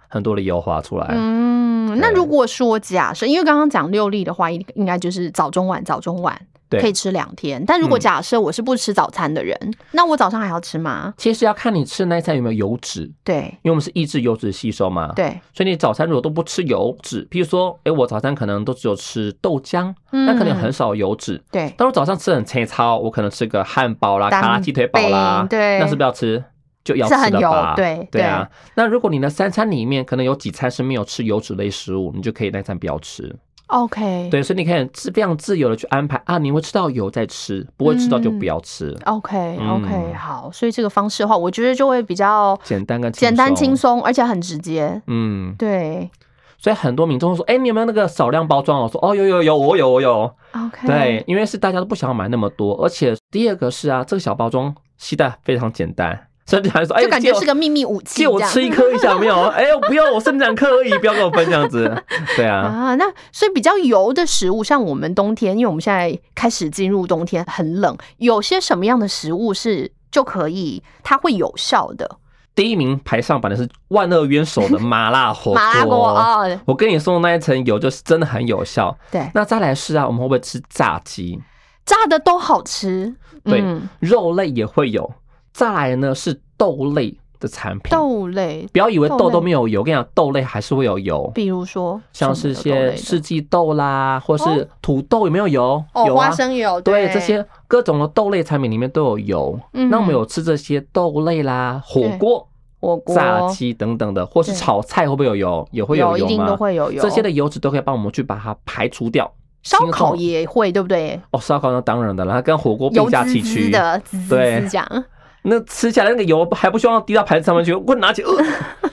[SPEAKER 2] 很多的油滑出来。
[SPEAKER 1] 嗯，那
[SPEAKER 2] 哎对
[SPEAKER 1] 如果说假设，因为刚刚讲六粒的话，应应该就是早中晚，早中晚
[SPEAKER 2] 对
[SPEAKER 1] 可以吃两天。但如果
[SPEAKER 2] 嗯
[SPEAKER 1] 假设我是不吃早餐的人，那我早上还要吃吗？
[SPEAKER 2] 其实要看你吃的那一餐有没有油脂，因
[SPEAKER 1] 对
[SPEAKER 2] 为我们是抑制油脂吸收嘛。。
[SPEAKER 1] 对，
[SPEAKER 2] 所以你早餐如果都不吃油脂，譬如说，哎，我早餐可能都只有吃豆浆，
[SPEAKER 1] 那
[SPEAKER 2] 那可能很少油脂。
[SPEAKER 1] 嗯对
[SPEAKER 2] 但我早上吃很粗糙，我可能吃个汉堡啦、
[SPEAKER 1] 蛋
[SPEAKER 2] 卡拉鸡腿堡啦，
[SPEAKER 1] 饼对
[SPEAKER 2] 那是不是要吃？就要
[SPEAKER 1] 是很
[SPEAKER 2] 吃的吧，
[SPEAKER 1] 油对
[SPEAKER 2] 对啊。那如果你的三餐里面可能有几餐是没有吃油脂类食物，你就可以那餐不要吃。
[SPEAKER 1] ，OK，
[SPEAKER 2] 对，所以你可以自非常自由的去安排啊，你会吃到油再吃，不会吃到
[SPEAKER 1] 嗯
[SPEAKER 2] 就不要吃，
[SPEAKER 1] OK OK，、
[SPEAKER 2] 嗯
[SPEAKER 1] 好，所以这个方式的话，我觉得就会比较
[SPEAKER 2] 简单跟
[SPEAKER 1] 简单轻。松，而且很直接。
[SPEAKER 2] 嗯，
[SPEAKER 1] 对
[SPEAKER 2] 所以很多民众会说，哎、你有没有那个少量包装？我说，哦，有有有，我有我有。
[SPEAKER 1] ，OK，
[SPEAKER 2] 对，，因为是大家都不想要买那么多，而且第二个是啊，这个小包装携带非常简单， [LAUGHS] 所以大家说，哎、
[SPEAKER 1] 就感觉
[SPEAKER 2] 借我
[SPEAKER 1] 是个秘密武器
[SPEAKER 2] 借
[SPEAKER 1] 这
[SPEAKER 2] 我
[SPEAKER 1] 样
[SPEAKER 2] 吃一颗一下有没有？哎、我不要，我剩两颗而已，不要跟我分这样子。 [LAUGHS] 对啊，
[SPEAKER 1] [LAUGHS] 啊。那所以比较油的食物，像我们冬天，因为我们现在开始进入冬天，很冷，有些什么样的食物是就可以它会有效的？
[SPEAKER 2] 第一名排上榜的是万恶冤手的麻辣火锅。
[SPEAKER 1] 麻辣锅哦，
[SPEAKER 2] 我跟你说的那一层油就是真的很有效。
[SPEAKER 1] 对，
[SPEAKER 2] 那再来是啊，我们会不会吃炸鸡？
[SPEAKER 1] 炸的都好吃。
[SPEAKER 2] 对
[SPEAKER 1] 嗯、
[SPEAKER 2] 肉类也会有。再来呢是豆类的产品。
[SPEAKER 1] 豆类，
[SPEAKER 2] 不要以为
[SPEAKER 1] 豆
[SPEAKER 2] 豆
[SPEAKER 1] 类
[SPEAKER 2] 都没有油，我跟你讲，豆类还是会有油。
[SPEAKER 1] 比如说
[SPEAKER 2] 像是
[SPEAKER 1] 什么的豆类
[SPEAKER 2] 些
[SPEAKER 1] 的
[SPEAKER 2] 四季豆啦，或
[SPEAKER 1] 哦
[SPEAKER 2] 是土豆有没有油？
[SPEAKER 1] 哦
[SPEAKER 2] 有
[SPEAKER 1] 花
[SPEAKER 2] 啊，
[SPEAKER 1] 生油，
[SPEAKER 2] 对，这些各种的豆类产品里面都有油。
[SPEAKER 1] 嗯
[SPEAKER 2] 那我们有吃这些豆类啦，火锅、
[SPEAKER 1] 火锅
[SPEAKER 2] 炸鸡等等的，或是
[SPEAKER 1] 对
[SPEAKER 2] 炒菜会不会有油？也会
[SPEAKER 1] 有，
[SPEAKER 2] 油
[SPEAKER 1] 一定
[SPEAKER 2] 吗
[SPEAKER 1] 都？会有油。
[SPEAKER 2] 这些的油脂都可以帮我们去把它排除掉。
[SPEAKER 1] 烧
[SPEAKER 2] 轻
[SPEAKER 1] 烤
[SPEAKER 2] 松
[SPEAKER 1] 也会，对不对？
[SPEAKER 2] 哦，烧烤那当然的啦，它跟火锅并
[SPEAKER 1] 油
[SPEAKER 2] 驾
[SPEAKER 1] 滋
[SPEAKER 2] 齐
[SPEAKER 1] 滋
[SPEAKER 2] 驱。
[SPEAKER 1] 的，滋滋
[SPEAKER 2] 对
[SPEAKER 1] 滋这样。
[SPEAKER 2] 那吃起来那个油还不希望滴到盘子上面去，我拿起，呃、 [LAUGHS]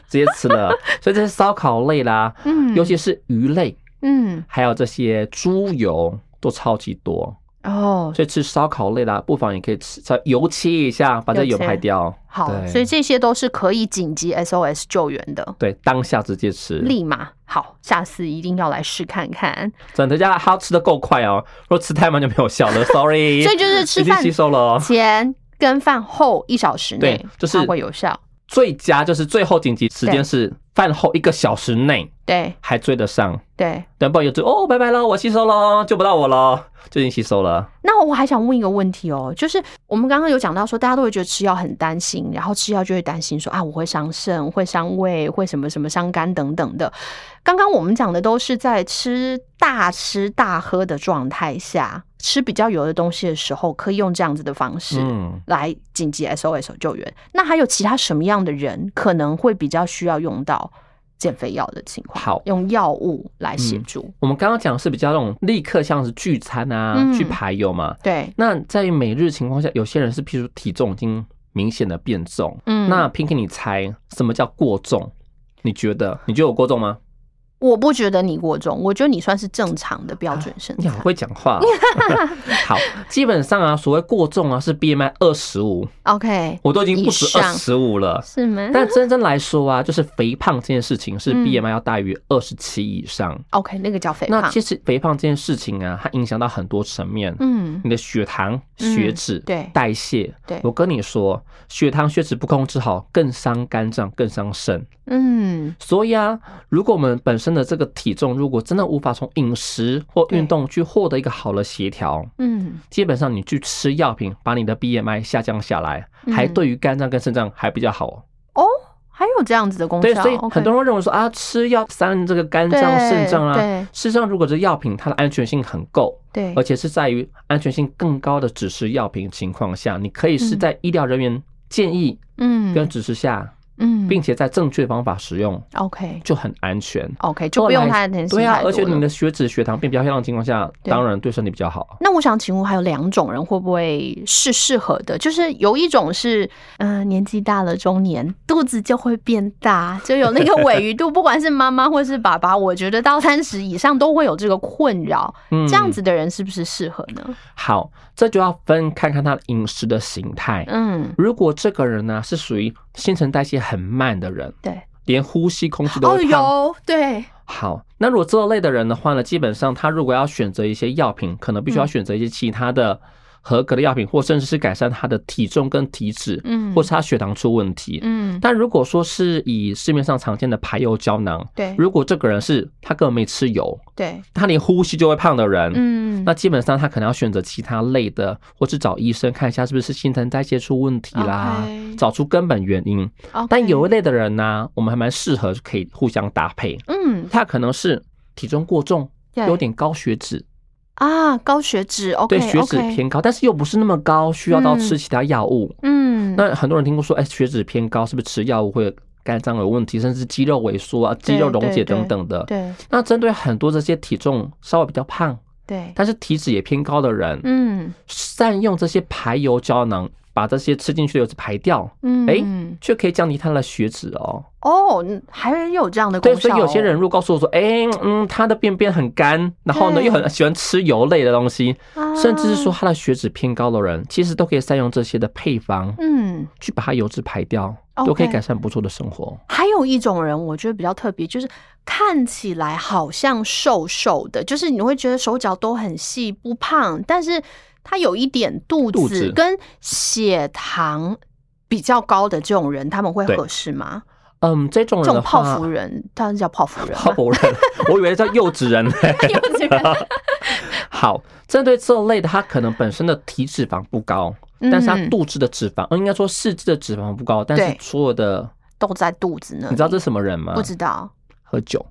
[SPEAKER 2] 直接吃了。所以这些烧烤类啦，
[SPEAKER 1] 嗯，
[SPEAKER 2] 尤其是鱼类，
[SPEAKER 1] 嗯
[SPEAKER 2] 还有这些猪油都超级多，
[SPEAKER 1] 哦
[SPEAKER 2] 所以吃烧烤类啦，不妨也可以吃稍微油切一下，把这
[SPEAKER 1] 油
[SPEAKER 2] 油
[SPEAKER 1] 切
[SPEAKER 2] 排掉。
[SPEAKER 1] 好，
[SPEAKER 2] 对
[SPEAKER 1] 所以这些都是可以紧急 SOS 救援的，
[SPEAKER 2] 对，当下直接吃，
[SPEAKER 1] 立马好，下次一定要来试看看。
[SPEAKER 2] 真的要还要吃的够快哦，如果吃太慢就没有效了，sorry。
[SPEAKER 1] [LAUGHS] 所以就是吃
[SPEAKER 2] 已经
[SPEAKER 1] 饭
[SPEAKER 2] 吸收了哦，
[SPEAKER 1] 前跟饭后一小时内
[SPEAKER 2] 对，就是
[SPEAKER 1] 它会有效。
[SPEAKER 2] 最佳就是最后紧急时
[SPEAKER 1] 对
[SPEAKER 2] 间是饭后一个小时内
[SPEAKER 1] 对
[SPEAKER 2] 还追得上，
[SPEAKER 1] 对，
[SPEAKER 2] 等不然有就哦拜拜喽，我吸收喽，救不到我喽，就已经吸收了。
[SPEAKER 1] 那我还想问一个问题哦，就是我们刚刚有讲到说，大家都会觉得吃药很担心，然后吃药就会担心说啊，我会伤肾、会伤胃、会什么什么伤肝等等的。刚刚我们讲的都是在吃大吃大喝的状态下，吃比较油的东西的时候，可以用这样子的方式。
[SPEAKER 2] 嗯，
[SPEAKER 1] 来紧急 SOS 救援。那还有其他什么样的人可能会比较需要用到减肥药的情况？
[SPEAKER 2] 好嗯
[SPEAKER 1] 用药物来协助。
[SPEAKER 2] 我们刚刚讲的是比较那种立刻像是聚餐啊、
[SPEAKER 1] 嗯
[SPEAKER 2] 去排油嘛，
[SPEAKER 1] 对，
[SPEAKER 2] 那在每日情况下，有些人是譬如体重已经明显的变重。
[SPEAKER 1] 嗯
[SPEAKER 2] 那 Pinky，你猜什么叫过重？你觉得你觉得我过重吗？
[SPEAKER 1] 我不觉得你过重，我觉得你算是正常的标准身
[SPEAKER 2] 你
[SPEAKER 1] 材。
[SPEAKER 2] 好会讲话哦。
[SPEAKER 1] [LAUGHS]
[SPEAKER 2] 好，基本上啊，所谓过重啊，是 BMI 二十五，
[SPEAKER 1] OK，
[SPEAKER 2] 我都已经不止
[SPEAKER 1] 以
[SPEAKER 2] 二
[SPEAKER 1] 上
[SPEAKER 2] 十五了。
[SPEAKER 1] 是吗？
[SPEAKER 2] 但真正来说啊，就是肥胖这件事情是
[SPEAKER 1] 嗯
[SPEAKER 2] BMI 要大于二十七以上。
[SPEAKER 1] OK，那个叫肥
[SPEAKER 2] 那
[SPEAKER 1] 胖
[SPEAKER 2] 其。实肥胖这件事情啊，它影响到很多层面。
[SPEAKER 1] 嗯，
[SPEAKER 2] 你的血糖、
[SPEAKER 1] 嗯
[SPEAKER 2] 血脂、
[SPEAKER 1] 对
[SPEAKER 2] 代谢，
[SPEAKER 1] 对
[SPEAKER 2] 我跟你说，血糖、血脂不控制好，更伤肝脏，更伤肾。
[SPEAKER 1] 嗯，
[SPEAKER 2] 所以啊，如果我们本身真的这个体重如果真的无法从饮食或运动去获得一个好的协调，
[SPEAKER 1] 嗯，
[SPEAKER 2] 基本上你去吃药品，把你的 BMI 下降下来，还
[SPEAKER 1] 嗯
[SPEAKER 2] 对于肝脏跟肾脏还比较好哦。
[SPEAKER 1] 哦，还有这样子的功效，
[SPEAKER 2] 对，所以
[SPEAKER 1] OK
[SPEAKER 2] 很多人会认为说啊，吃药伤这个肝
[SPEAKER 1] 对
[SPEAKER 2] 脏、肾脏啊。
[SPEAKER 1] 对
[SPEAKER 2] 事实上，如果这药品它的安全性很够，
[SPEAKER 1] 对，
[SPEAKER 2] 而且是在于安全性更高的指示药品情况下，你可以是在医疗人员建议
[SPEAKER 1] 嗯
[SPEAKER 2] 跟指示下，
[SPEAKER 1] 嗯，
[SPEAKER 2] 并且在正确方法使用，
[SPEAKER 1] OK
[SPEAKER 2] 就很安全。
[SPEAKER 1] OK 就不用太担心
[SPEAKER 2] 对啊
[SPEAKER 1] 太，多
[SPEAKER 2] 而且你
[SPEAKER 1] 了
[SPEAKER 2] 的血脂、血糖变比较漂亮的情况下，
[SPEAKER 1] 对
[SPEAKER 2] 当然对身体比较好。
[SPEAKER 1] 那我想请问，还有两种人会不会是适合的？就是有一种是，嗯、年纪大了，中年肚子就会变
[SPEAKER 2] [LAUGHS]
[SPEAKER 1] 大，就有那个尾鱼肚，不管是妈妈或是爸爸，我觉得到三十以上都会有这个困扰。
[SPEAKER 2] 嗯
[SPEAKER 1] 这样子的人是不是适合呢？
[SPEAKER 2] 好，这就要分看看他的饮食的形态。
[SPEAKER 1] 嗯，
[SPEAKER 2] 如果这个人呢是属于新陈代谢很慢的人，
[SPEAKER 1] 对，
[SPEAKER 2] 连呼吸空气都
[SPEAKER 1] 哦，
[SPEAKER 2] 会胖。
[SPEAKER 1] 有对，
[SPEAKER 2] 好，那如果这类的人的话呢，基本上他如果要选择一些药品，可能必须要
[SPEAKER 1] 嗯
[SPEAKER 2] 选择一些其他的合格的药品，或甚至是改善他的体重跟体脂，
[SPEAKER 1] 嗯，
[SPEAKER 2] 或是他血糖出问题。
[SPEAKER 1] 嗯，
[SPEAKER 2] 但如果说是以市面上常见的排油胶囊，
[SPEAKER 1] 对
[SPEAKER 2] 如果这个人是他根本没吃油，
[SPEAKER 1] 对，
[SPEAKER 2] 他连呼吸就会胖的人，
[SPEAKER 1] 嗯，
[SPEAKER 2] 那基本上他可能要选择其他类的，或是找医生看一下是不是新陈代谢出问题啦
[SPEAKER 1] OK
[SPEAKER 2] 找出根本原因。
[SPEAKER 1] OK
[SPEAKER 2] 但有一类的人呢、我们还蛮适合可以互相搭配。
[SPEAKER 1] 嗯
[SPEAKER 2] 他可能是体重过重，
[SPEAKER 1] 对
[SPEAKER 2] 有点高血脂，
[SPEAKER 1] 啊，高血脂，OK，
[SPEAKER 2] 对血脂
[SPEAKER 1] OK
[SPEAKER 2] 偏高，但是又不是那么高，需要到吃其他药物。
[SPEAKER 1] 嗯，
[SPEAKER 2] 那很多人听过说，哎，血脂偏高是不是吃药物会有肝脏有问题，甚至肌肉萎缩啊、肌肉溶
[SPEAKER 1] 对
[SPEAKER 2] 解
[SPEAKER 1] 对
[SPEAKER 2] 等等的？
[SPEAKER 1] 对
[SPEAKER 2] 那针对很多这些体重稍微比较胖，
[SPEAKER 1] 对，
[SPEAKER 2] 但是体脂也偏高的人，
[SPEAKER 1] 嗯
[SPEAKER 2] 善用这些排油胶囊，把这些吃进去的油脂排掉，
[SPEAKER 1] 嗯，
[SPEAKER 2] 哎却可以降低他的血脂哦。
[SPEAKER 1] 哦，嗯还有这样的功
[SPEAKER 2] 对，
[SPEAKER 1] 效、哦
[SPEAKER 2] 所以有些人，如果告诉我说，哎、嗯，他的便便很干，然后呢
[SPEAKER 1] 对
[SPEAKER 2] 又很喜欢吃油类的东西，
[SPEAKER 1] 啊
[SPEAKER 2] 甚至是说，他的血脂偏高的人，其实都可以善用这些的配方
[SPEAKER 1] 嗯，哦
[SPEAKER 2] 去把它油脂排掉，
[SPEAKER 1] OK
[SPEAKER 2] 都可以改善不错的生活。
[SPEAKER 1] 还有一种人，我觉得比较特别，就是看起来好像瘦瘦的，就是你会觉得手脚都很细，不胖，但是他有一点肚
[SPEAKER 2] 肚
[SPEAKER 1] 子
[SPEAKER 2] 子
[SPEAKER 1] 跟血糖比较高的这种人，他们会
[SPEAKER 2] 对
[SPEAKER 1] 合适吗？
[SPEAKER 2] 嗯，这种
[SPEAKER 1] 这
[SPEAKER 2] 人的
[SPEAKER 1] 种泡
[SPEAKER 2] 话
[SPEAKER 1] 芙人，他们叫泡芙
[SPEAKER 2] [LAUGHS]
[SPEAKER 1] 人吗，
[SPEAKER 2] 泡芙人，我以为叫幼稚
[SPEAKER 1] [LAUGHS]
[SPEAKER 2] 人。 [LAUGHS]
[SPEAKER 1] 幼稚园
[SPEAKER 2] 好，针对这类的，他可能本身的体脂肪不高，但是他
[SPEAKER 1] 嗯
[SPEAKER 2] 肚子的脂肪，嗯，应该说四肢的脂肪不高，但
[SPEAKER 1] 对
[SPEAKER 2] 是所有的，
[SPEAKER 1] 都在肚子呢，
[SPEAKER 2] 你知道这是什么人吗？
[SPEAKER 1] 不知道
[SPEAKER 2] 喝酒，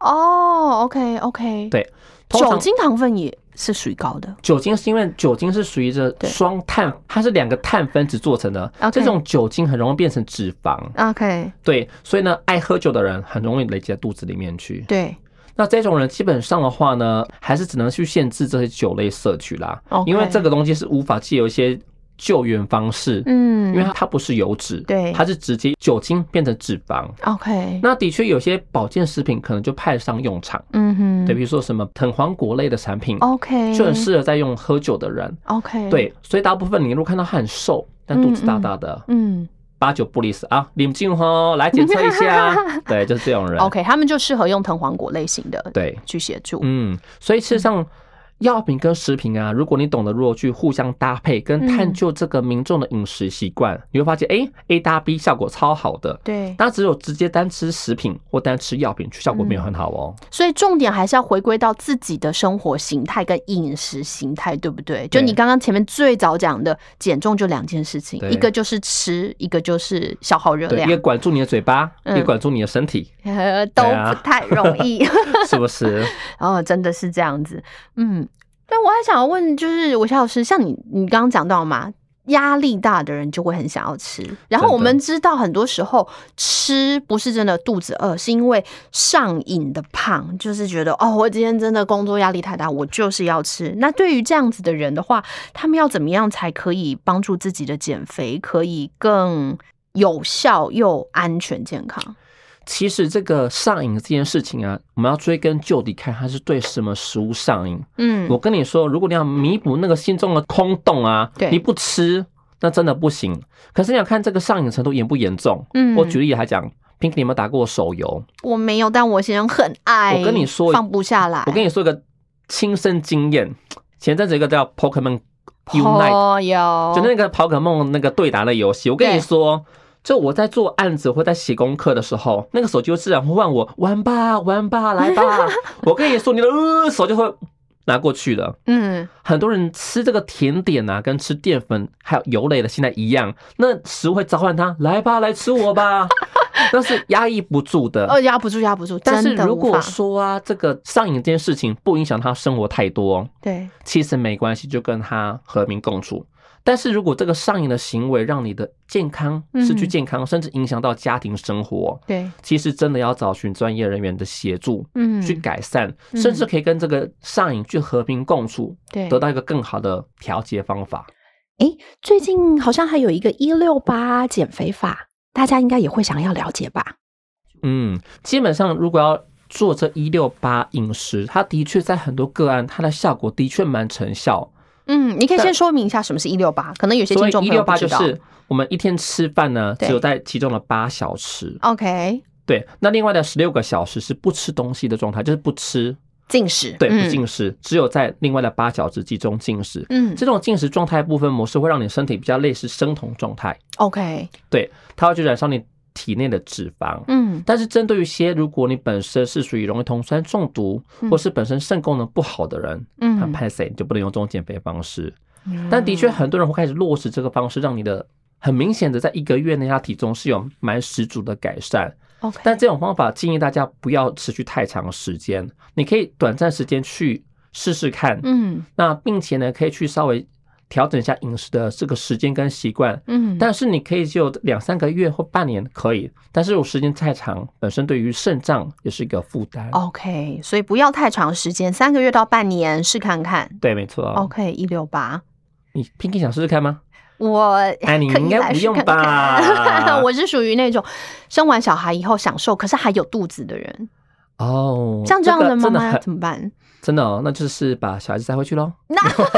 [SPEAKER 1] 哦，OK，OK、o k OK，
[SPEAKER 2] 对通
[SPEAKER 1] 酒
[SPEAKER 2] 常
[SPEAKER 1] 精糖分也是属于高的，
[SPEAKER 2] 酒精是因为酒精是属于这
[SPEAKER 1] 对
[SPEAKER 2] 双碳，它是两个碳分子做成的
[SPEAKER 1] OK
[SPEAKER 2] 这种酒精很容易变成脂肪，
[SPEAKER 1] OK，
[SPEAKER 2] 对，所以呢，爱喝酒的人很容易累积在肚子里面去。
[SPEAKER 1] 对
[SPEAKER 2] 那这种人基本上的话呢，还是只能去限制这些酒类摄取啦
[SPEAKER 1] OK
[SPEAKER 2] 因为这个东西是无法借由一些救援方式，
[SPEAKER 1] 嗯，
[SPEAKER 2] 因为它不是油脂，
[SPEAKER 1] 对
[SPEAKER 2] 它是直接酒精变成脂肪。
[SPEAKER 1] OK，
[SPEAKER 2] 那的确有些保健食品可能就派上用场，
[SPEAKER 1] 嗯哦哼，
[SPEAKER 2] 对，比如说什么藤黄果类的产品，
[SPEAKER 1] ，OK，
[SPEAKER 2] 就很适合在用喝酒的人。
[SPEAKER 1] OK，，
[SPEAKER 2] 对，所以大部分你如果看到他很瘦，但肚子大大的，
[SPEAKER 1] 嗯
[SPEAKER 2] 八九不离十啊，领进吼，来检测一
[SPEAKER 1] [LAUGHS]
[SPEAKER 2] 下，对，就是这种人。
[SPEAKER 1] ，OK，他们就适合用藤黄果类型的
[SPEAKER 2] 对，
[SPEAKER 1] 去协助，
[SPEAKER 2] 嗯，所以事实上。药品跟食品啊，如果你懂得如何去互相搭配，跟探究这个民众的饮食习惯，你会发现，哎、a 搭 B 效果超好的。
[SPEAKER 1] 对，
[SPEAKER 2] 那只有直接单吃食品或单吃药品，效果没有很好哦。
[SPEAKER 1] 所以重点还是要回归到自己的生活形态跟饮食形态，对不对？就
[SPEAKER 2] 对
[SPEAKER 1] 你刚刚前面最早讲的，减重就两件事情，
[SPEAKER 2] 对
[SPEAKER 1] 一个就是吃，一个就是消耗热
[SPEAKER 2] 对，一
[SPEAKER 1] 量
[SPEAKER 2] 个，管住你的嘴巴，
[SPEAKER 1] 嗯
[SPEAKER 2] 一个管住你的身体，
[SPEAKER 1] 呃 [LAUGHS] 都
[SPEAKER 2] 对啊
[SPEAKER 1] 不太容易。
[SPEAKER 2] 是不是？
[SPEAKER 1] 哦，真的是这样子，嗯，对，我还想要问，就是韦夏老师，像你，你刚刚讲到嘛，压力大的人就会很想要吃，然后
[SPEAKER 2] 真的
[SPEAKER 1] 我们知道很多时候吃不是真的肚子饿，是因为上瘾的胖，就是觉得哦，我今天真的工作压力太大，我就是要吃。那对于这样子的人的话，他们要怎么样才可以帮助自己的减肥，可以更有效又安全健康？
[SPEAKER 2] 其实这个上瘾这件事情啊，我们要追根究底看，它是对什么食物上瘾。
[SPEAKER 1] 嗯
[SPEAKER 2] 我跟你说，如果你要弥补那个心中的空洞啊
[SPEAKER 1] 对，
[SPEAKER 2] 你不吃，那真的不行。可是你要看这个上瘾程度严不严重。
[SPEAKER 1] 嗯
[SPEAKER 2] 我举例来讲，Pink，你有没有打过手游？
[SPEAKER 1] 我没有，但我先生很爱。
[SPEAKER 2] 我跟你说
[SPEAKER 1] 放不下来。
[SPEAKER 2] 我跟你说一个亲身经验，前阵子有一个叫
[SPEAKER 1] 哦
[SPEAKER 2] Pokemon Unite，
[SPEAKER 1] 朋友，
[SPEAKER 2] 就那个宝可梦那个对打的游戏，我跟
[SPEAKER 1] 对
[SPEAKER 2] 你说。就我在做案子或在写功课的时候，那个手机会自然会问我玩吧玩吧来吧，我跟你说你的、呃、手就会拿过去的。
[SPEAKER 1] 嗯，
[SPEAKER 2] 很多人吃这个甜点啊，跟吃淀粉还有油类的现在一样，那食物会召唤他来吧来吃
[SPEAKER 1] [LAUGHS]
[SPEAKER 2] 我吧，那是压抑不住的。
[SPEAKER 1] 哦，压不住，压不住，
[SPEAKER 2] 但是
[SPEAKER 1] 真的
[SPEAKER 2] 如
[SPEAKER 1] 无
[SPEAKER 2] 果
[SPEAKER 1] 法
[SPEAKER 2] 说啊，这个上瘾这件事情不影响他生活太多，
[SPEAKER 1] 对，
[SPEAKER 2] 其实没关系，就跟他和平共处。但是如果这个上瘾的行为让你的健康
[SPEAKER 1] 嗯
[SPEAKER 2] 失去健康，甚至影响到家庭生活，
[SPEAKER 1] 对，
[SPEAKER 2] 其实真的要找寻专业人员的协助
[SPEAKER 1] 嗯，
[SPEAKER 2] 去改善，
[SPEAKER 1] 嗯
[SPEAKER 2] 甚至可以跟这个上瘾去和平共处，
[SPEAKER 1] 对
[SPEAKER 2] 得。到一个更好的调节方法。
[SPEAKER 1] 最近好像还有一个一六八减肥法，大家应该也会想要了解吧？
[SPEAKER 2] 嗯，基本上如果要做这一六八饮食，它的确在很多个案，它的效果的确蛮成效。
[SPEAKER 1] 嗯，你可以
[SPEAKER 2] 但
[SPEAKER 1] 先说明一下什么是一六八，可能有些
[SPEAKER 2] 所
[SPEAKER 1] 听
[SPEAKER 2] 以
[SPEAKER 1] 众
[SPEAKER 2] 一
[SPEAKER 1] 朋友
[SPEAKER 2] 六
[SPEAKER 1] 不
[SPEAKER 2] 八
[SPEAKER 1] 知
[SPEAKER 2] 就
[SPEAKER 1] 道。
[SPEAKER 2] 是我们一天吃饭呢，
[SPEAKER 1] 对
[SPEAKER 2] 只有在其中的八小时，
[SPEAKER 1] OK，
[SPEAKER 2] 对，那另外的十六个小时是不吃东西的状态，就是不吃，
[SPEAKER 1] 进食，
[SPEAKER 2] 对，
[SPEAKER 1] 嗯
[SPEAKER 2] 不进食，只有在另外的八小时集中进食。
[SPEAKER 1] 嗯
[SPEAKER 2] 这种进食状态部分模式会让你身体比较类似生酮状态，
[SPEAKER 1] ，OK，
[SPEAKER 2] 对，它会去燃烧你体内的脂肪。
[SPEAKER 1] 嗯
[SPEAKER 2] 但是针对于一些如果你本身是属于容易酮酸中毒，
[SPEAKER 1] 嗯
[SPEAKER 2] 或是本身肾功能不好的人，很
[SPEAKER 1] 嗯，
[SPEAKER 2] 怕谁你就不能用这种减肥方式。但的确，很多人会开始落实这个方式，让你的很明显的在一个月内，他体重是有蛮十足的改善。
[SPEAKER 1] ，OK，
[SPEAKER 2] 但这种方法建议大家不要持续太长时间，你可以短暂时间去试试看。
[SPEAKER 1] 嗯
[SPEAKER 2] 那并且呢，可以去稍微调整一下饮食的这个时间跟习惯。
[SPEAKER 1] 嗯，
[SPEAKER 2] 但是你可以只有两三个月或半年可以，但是我时间太长，本身对于肾脏也是一个负担。，
[SPEAKER 1] 哦 OK，所以不要太长时间，三个月到半年试看看。
[SPEAKER 2] 对，没错。
[SPEAKER 1] OK，一六八，
[SPEAKER 2] 你 Pinky 想试试看吗？
[SPEAKER 1] 我
[SPEAKER 2] 哎，
[SPEAKER 1] [LAUGHS]
[SPEAKER 2] 你
[SPEAKER 1] 可
[SPEAKER 2] 应
[SPEAKER 1] 以
[SPEAKER 2] 该
[SPEAKER 1] 来
[SPEAKER 2] 不
[SPEAKER 1] 试
[SPEAKER 2] 用
[SPEAKER 1] 看
[SPEAKER 2] 吧
[SPEAKER 1] 看。？ [LAUGHS] 我是属于那种生完小孩以后享受，可是还有肚子的人，
[SPEAKER 2] 哦，
[SPEAKER 1] 像这样
[SPEAKER 2] 个
[SPEAKER 1] 的妈
[SPEAKER 2] 真的
[SPEAKER 1] 妈要
[SPEAKER 2] 很
[SPEAKER 1] 怎么办？
[SPEAKER 2] 真的哦，那就是把小孩子带回去喽。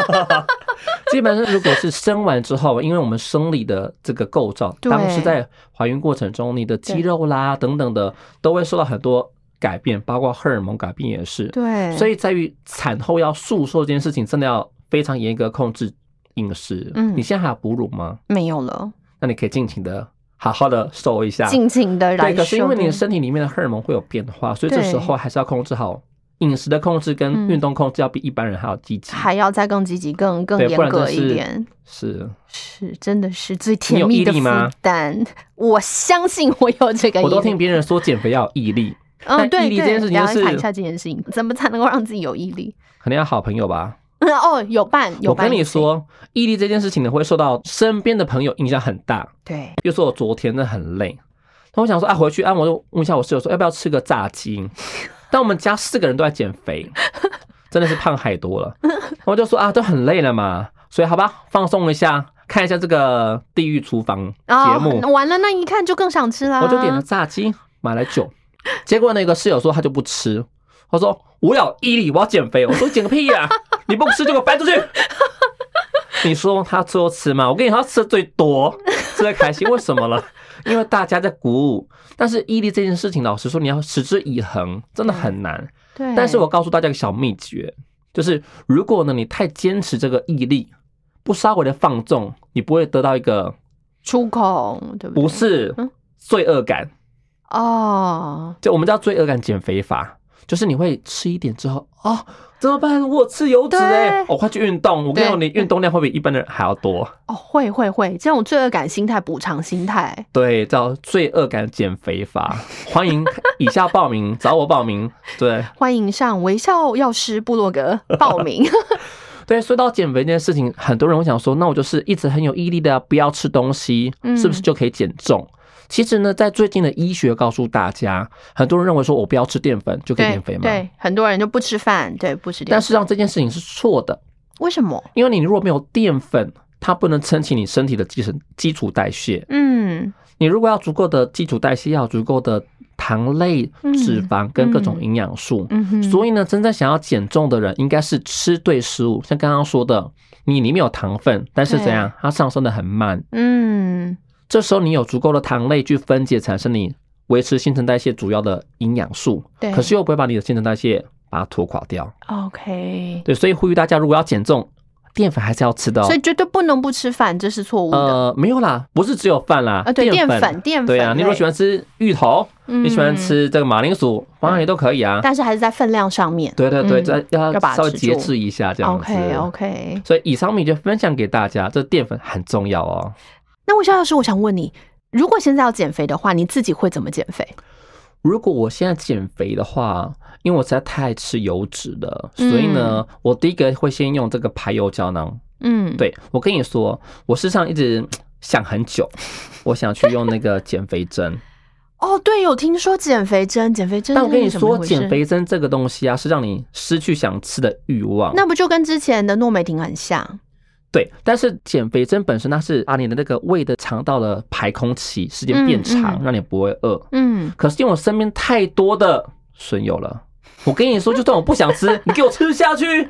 [SPEAKER 2] [LAUGHS] 基本上，如果是生完之后，因为我们生理的这个构造，
[SPEAKER 1] 对
[SPEAKER 2] 当时在怀孕过程中，你的肌肉啦等等的都会受到很多改变，包括荷尔蒙改变也是。
[SPEAKER 1] 对，
[SPEAKER 2] 所
[SPEAKER 1] 以
[SPEAKER 2] 以在于产后要塑瘦这件事情，真的要非常严格控制饮食。
[SPEAKER 1] 嗯
[SPEAKER 2] 你现在还有哺乳吗？
[SPEAKER 1] 没有了，
[SPEAKER 2] 那你可以尽情的好好的瘦一下。
[SPEAKER 1] 尽情的来
[SPEAKER 2] 对，可是因为你的
[SPEAKER 1] 说
[SPEAKER 2] 身体里面的荷尔蒙会有变化，所以这时候还是要控制好饮食的控制
[SPEAKER 1] 嗯
[SPEAKER 2] 跟运动控制，要比一般人还要积极。
[SPEAKER 1] 还要再更积极、更更
[SPEAKER 2] 对不
[SPEAKER 1] 严
[SPEAKER 2] 然
[SPEAKER 1] 格
[SPEAKER 2] 真
[SPEAKER 1] 一
[SPEAKER 2] 是
[SPEAKER 1] 点。
[SPEAKER 2] 是，
[SPEAKER 1] 是，真的是最甜
[SPEAKER 2] 有
[SPEAKER 1] 蜜
[SPEAKER 2] 毅
[SPEAKER 1] 的
[SPEAKER 2] 力
[SPEAKER 1] 负
[SPEAKER 2] 吗
[SPEAKER 1] 担。我相信我有这个毅力。
[SPEAKER 2] 我都听别人说减肥要有毅力，
[SPEAKER 1] 嗯，
[SPEAKER 2] 但
[SPEAKER 1] 对
[SPEAKER 2] 毅
[SPEAKER 1] 对，
[SPEAKER 2] 力这件事情
[SPEAKER 1] 要
[SPEAKER 2] 就是
[SPEAKER 1] 谈一下这件事情，怎么才能够让自己有毅力？ [LAUGHS]
[SPEAKER 2] 可能要好朋友吧。
[SPEAKER 1] 嗯哦，有伴，有
[SPEAKER 2] 我
[SPEAKER 1] 伴。
[SPEAKER 2] 跟你，说，毅力这件事情呢，会受到身边的朋友影响很大。
[SPEAKER 1] 对，
[SPEAKER 2] 比如说我昨天真的很累，那我想说啊，回去啊，我就问一下我室友说要不要吃个炸鸡。但我们家四个人都在减肥，真的是胖太多了。我就说啊，都很累了嘛，所以好吧，放松一下，看一下这个《地狱厨房》节目。
[SPEAKER 1] 哦、完了，那一看就更想吃啦。
[SPEAKER 2] 我就点了炸鸡，买了酒。结果那个室友说他就不吃，他说我要毅力，我要减肥。我说减个
[SPEAKER 1] [LAUGHS]
[SPEAKER 2] 屁呀、你不吃就给我搬出去。你说他最后吃吗？我跟你说，他吃的最多，吃的开心。为什么了？因为大家在鼓舞。但是毅力这件事情，老实说，你要持之以恒，真的很难。
[SPEAKER 1] 嗯对，
[SPEAKER 2] 但是我告诉大家一个小秘诀，就是如果呢你太坚持这个毅力，不稍微的放纵，你不会得到一个
[SPEAKER 1] 出口对不对？
[SPEAKER 2] 不是
[SPEAKER 1] 嗯
[SPEAKER 2] 罪恶感。
[SPEAKER 1] 哦，
[SPEAKER 2] 就我们叫罪恶感减肥法，就是你会吃一点之后，哦，怎么办？我有吃油脂哎、
[SPEAKER 1] 对
[SPEAKER 2] 我快去运动。我跟你说，你运动量会比一般的人还要多。
[SPEAKER 1] 哦，会会会，这种罪恶感心态、补偿心态，
[SPEAKER 2] 对，叫罪恶感减
[SPEAKER 1] [LAUGHS]
[SPEAKER 2] 肥法，欢迎以下报名，找我报名。对
[SPEAKER 1] 欢迎上微笑药师部落格报
[SPEAKER 2] [LAUGHS]
[SPEAKER 1] 名。
[SPEAKER 2] 对，说到减肥这件事情，很多人会想说，那我就是一直很有毅力的，啊不要吃东西
[SPEAKER 1] 嗯，
[SPEAKER 2] 是不是就可以减重？其实呢，在最近的医学告诉大家，很多人认为说我不要吃淀粉就可以
[SPEAKER 1] 对
[SPEAKER 2] 减肥嘛，
[SPEAKER 1] 对，很多人就不吃饭，对，不吃淀
[SPEAKER 2] 但
[SPEAKER 1] 粉。
[SPEAKER 2] 事实上这件事情是错的。
[SPEAKER 1] 为什么？
[SPEAKER 2] 因为你如果没有淀粉，它不能撑起你身体的基础基础代谢。
[SPEAKER 1] 嗯，
[SPEAKER 2] 你如果要足够的基础代谢，要有足够的糖类
[SPEAKER 1] 嗯、
[SPEAKER 2] 脂肪跟各种营养素。
[SPEAKER 1] 嗯哼，
[SPEAKER 2] 所以呢，真正想要减重的人，应该是吃对食物。像刚刚说的，你里面有糖分，但是
[SPEAKER 1] 对
[SPEAKER 2] 怎样，它上升的很慢。
[SPEAKER 1] 嗯，
[SPEAKER 2] 这时候你有足够的糖类去分解，产生你维持新陈代谢主要的营养素
[SPEAKER 1] 对，
[SPEAKER 2] 可是又不会把你的新陈代谢把它拖垮掉。
[SPEAKER 1] OK，
[SPEAKER 2] 对，所以呼吁大家，如果要减重，淀粉还是要吃的、哦
[SPEAKER 1] 所。以绝对不能不吃饭，这是错误的。
[SPEAKER 2] 呃，没有啦，不是只有饭啦，
[SPEAKER 1] 啊，对，淀
[SPEAKER 2] 粉，
[SPEAKER 1] 粉，淀粉类，
[SPEAKER 2] 对啊，你如果喜欢吃芋头，
[SPEAKER 1] 嗯，
[SPEAKER 2] 你喜欢吃这个马铃薯、黄瓜也都可以啊。
[SPEAKER 1] 但是还是在分量上面。
[SPEAKER 2] 对对啊对，
[SPEAKER 1] 嗯
[SPEAKER 2] 这要
[SPEAKER 1] 要把它
[SPEAKER 2] 稍微
[SPEAKER 1] 吃
[SPEAKER 2] 节
[SPEAKER 1] 住
[SPEAKER 2] 制一下这样子。
[SPEAKER 1] OK OK。
[SPEAKER 2] 所以以上面就分享给大家，这淀粉很重要哦。
[SPEAKER 1] 那魏逍老师，我想问你，如果现在要减肥的话，你自己会怎么减肥？
[SPEAKER 2] 如果我现在减肥的话，因为我实在太爱吃油脂了，所以呢，我第一个会先用这个排油胶囊。
[SPEAKER 1] 嗯，，
[SPEAKER 2] 对我跟你说，我事实上一直想很久，我想去用那个减肥针。
[SPEAKER 1] 哦，对，有听说减肥针，减肥针，
[SPEAKER 2] 但我跟你说，减，肥针这个东西啊，是让你失去想吃的欲望。
[SPEAKER 1] 那不就跟之前的诺美婷很像？
[SPEAKER 2] 对，但是减肥针本身它是把你的那个胃的肠道的排空期时间变长，
[SPEAKER 1] 嗯嗯
[SPEAKER 2] 让你不会饿。
[SPEAKER 1] 嗯，
[SPEAKER 2] 可是因为我身边太多的损友了，我跟你说，就算我不想吃，你给我吃
[SPEAKER 1] [LAUGHS]
[SPEAKER 2] 下去。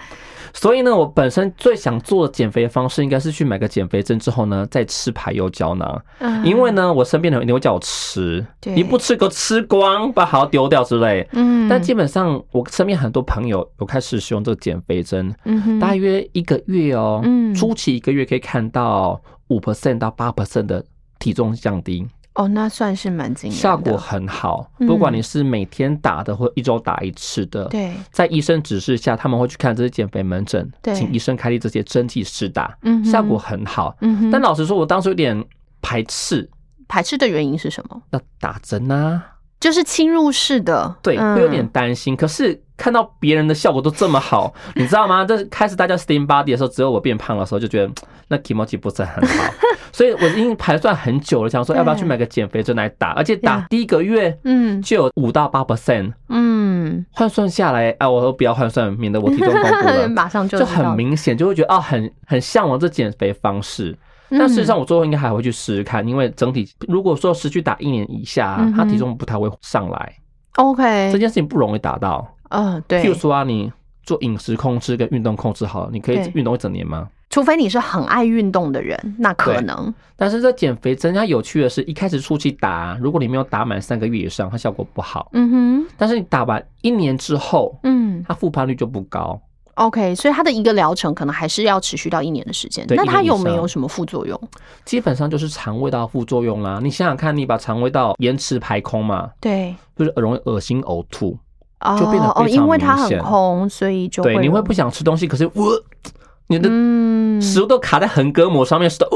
[SPEAKER 2] 所以呢，我本身最想做的减肥方式应该是去买个减肥针之后呢，再吃排油胶囊。
[SPEAKER 1] 嗯
[SPEAKER 2] 因为，呢，我身边的人一定会叫我吃，
[SPEAKER 1] 对
[SPEAKER 2] 你不吃给我吃光，把好丢掉之类。
[SPEAKER 1] 嗯，
[SPEAKER 2] 但基本上，我身边很多朋友有开始使用这个减肥针，
[SPEAKER 1] 嗯哼
[SPEAKER 2] 大约一个月哦，
[SPEAKER 1] 嗯
[SPEAKER 2] 初期一个月可以看到五 percent 到八 percent 的体重降低，
[SPEAKER 1] 哦，那算是蛮惊人的，
[SPEAKER 2] 效果很好。
[SPEAKER 1] 嗯
[SPEAKER 2] 不管你是每天打的或一周打一次的，
[SPEAKER 1] 对，
[SPEAKER 2] 在医生指示下，他们会去看这些减肥门诊，
[SPEAKER 1] 对
[SPEAKER 2] 请医生开立这些针剂试打，
[SPEAKER 1] 嗯哼
[SPEAKER 2] 效果，很好。
[SPEAKER 1] 嗯哼，
[SPEAKER 2] 但老实说，我当时有点排斥
[SPEAKER 1] 排斥的原因是什么？
[SPEAKER 2] 那打针啊，
[SPEAKER 1] 就是侵入式的，
[SPEAKER 2] 对，
[SPEAKER 1] 嗯
[SPEAKER 2] 会有点担心。可是看到别人的效果都这么好， [LAUGHS] 你知道吗？这开始大家 steam body 的时候，只有我变胖的时候，就觉得嗯那 k i m o j i 不是很好。 [LAUGHS] 所以我已经盘算很久了，想说要不要去买个减肥针来打，而且打
[SPEAKER 1] Yeah
[SPEAKER 2] 第一个月
[SPEAKER 1] 嗯
[SPEAKER 2] 就有五到八 percent，
[SPEAKER 1] 嗯，
[SPEAKER 2] 换算下来啊，我都不要换算，免得我体重公布
[SPEAKER 1] [LAUGHS]
[SPEAKER 2] 了。
[SPEAKER 1] 马上就
[SPEAKER 2] 就
[SPEAKER 1] 知道
[SPEAKER 2] 很，明显，就会觉得啊，很很向往这减肥方式。
[SPEAKER 1] 嗯
[SPEAKER 2] 但事实上，我最后应该还会去试试看，因为整体如果说持续打一年以下啊
[SPEAKER 1] 嗯，
[SPEAKER 2] 他
[SPEAKER 1] 哼
[SPEAKER 2] 体重不太会上来。
[SPEAKER 1] 嗯
[SPEAKER 2] 这
[SPEAKER 1] ，OK，
[SPEAKER 2] 件事情不容易达到。
[SPEAKER 1] 嗯，
[SPEAKER 2] 譬如
[SPEAKER 1] 对，
[SPEAKER 2] 说啊，你做饮食控制跟运动控制好了，你可以
[SPEAKER 1] 对
[SPEAKER 2] 运动一整年吗？
[SPEAKER 1] 除非你是很爱运动的人，那可
[SPEAKER 2] 对
[SPEAKER 1] 能，
[SPEAKER 2] 但是这减肥针，它有趣的是，一开始初期打，如果你没有打满三个月以上，它效果不好。
[SPEAKER 1] 嗯哼，
[SPEAKER 2] 但是你打完一年之后，
[SPEAKER 1] 嗯。
[SPEAKER 2] 它复盘率就不高。
[SPEAKER 1] OK，所以它的一个疗程可能还是要持续到一年的时间。
[SPEAKER 2] 对
[SPEAKER 1] 那
[SPEAKER 2] 一
[SPEAKER 1] 它
[SPEAKER 2] 年以
[SPEAKER 1] 有没有
[SPEAKER 2] 上
[SPEAKER 1] 什么副作用？
[SPEAKER 2] 基本上就是肠胃道副作用啦。你想想看，你把肠胃道延迟排空嘛，
[SPEAKER 1] 对，
[SPEAKER 2] 就是容易恶心呕吐。
[SPEAKER 1] 哦
[SPEAKER 2] 就变得
[SPEAKER 1] 哦，
[SPEAKER 2] 非
[SPEAKER 1] 因
[SPEAKER 2] 常
[SPEAKER 1] 为它
[SPEAKER 2] 明
[SPEAKER 1] 很
[SPEAKER 2] 显
[SPEAKER 1] 空，所以就
[SPEAKER 2] 对，你会
[SPEAKER 1] 有
[SPEAKER 2] 不想吃东西，可是我你的
[SPEAKER 1] 嗯啊
[SPEAKER 2] 食物都卡在横膈膜上面，是的，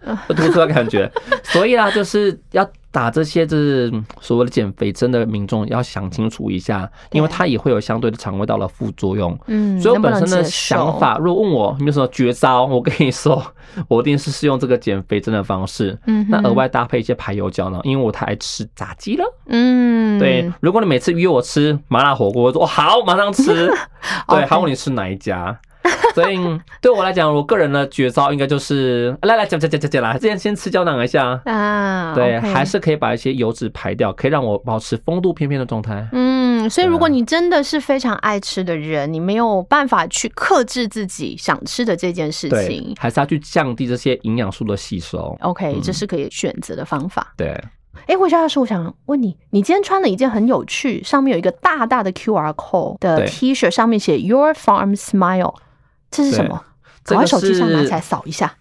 [SPEAKER 2] 呃，会吐出来的感觉。所以啊，就是要打这些就是嗯所谓的减肥针的民众要想清楚一下，因为
[SPEAKER 1] 对
[SPEAKER 2] 它也会有相对的肠胃道的副作用。
[SPEAKER 1] 嗯，
[SPEAKER 2] 所以我
[SPEAKER 1] 能不
[SPEAKER 2] 本
[SPEAKER 1] 能
[SPEAKER 2] 身的
[SPEAKER 1] 接
[SPEAKER 2] 想
[SPEAKER 1] 受，
[SPEAKER 2] 法，如果问我有没有什么绝招，我跟你说，我一定是是用这个减肥针的方式。
[SPEAKER 1] 嗯
[SPEAKER 2] 那
[SPEAKER 1] 哼
[SPEAKER 2] 额外搭配一些排油胶囊，因为我太爱吃炸鸡了。
[SPEAKER 1] 嗯，
[SPEAKER 2] 对，如果你每次约我吃麻辣火锅，我说哦好，马上
[SPEAKER 1] [LAUGHS]
[SPEAKER 2] 吃。对，
[SPEAKER 1] OK
[SPEAKER 2] 还问你吃哪一家。所以嗯对我来讲，我个人的绝招应该就是来来讲讲讲讲讲啦，先先吃胶囊一下。
[SPEAKER 1] 啊，
[SPEAKER 2] 对，
[SPEAKER 1] OK
[SPEAKER 2] 还是可以把一些油脂排掉，可以让我保持风度翩翩的状态。
[SPEAKER 1] 嗯，所以如果
[SPEAKER 2] 对啊
[SPEAKER 1] 你真的是非常爱吃的人，你没有办法去克制自己想吃的这件事
[SPEAKER 2] 对
[SPEAKER 1] 情，。
[SPEAKER 2] 还是要去降低这些营养素的吸收。
[SPEAKER 1] OK，、这
[SPEAKER 2] 嗯
[SPEAKER 1] 是可以选择的方法。
[SPEAKER 2] 对，
[SPEAKER 1] 哎，魏佳老师，我想问你，你今天穿了一件很有趣，上面有一个大大的 QR code 的
[SPEAKER 2] 对
[SPEAKER 1] T 恤，上面写 Your Farm Smile，这是什么？
[SPEAKER 2] 这
[SPEAKER 1] 赶快
[SPEAKER 2] 个
[SPEAKER 1] 手机上拿起来
[SPEAKER 2] 是
[SPEAKER 1] 扫一下。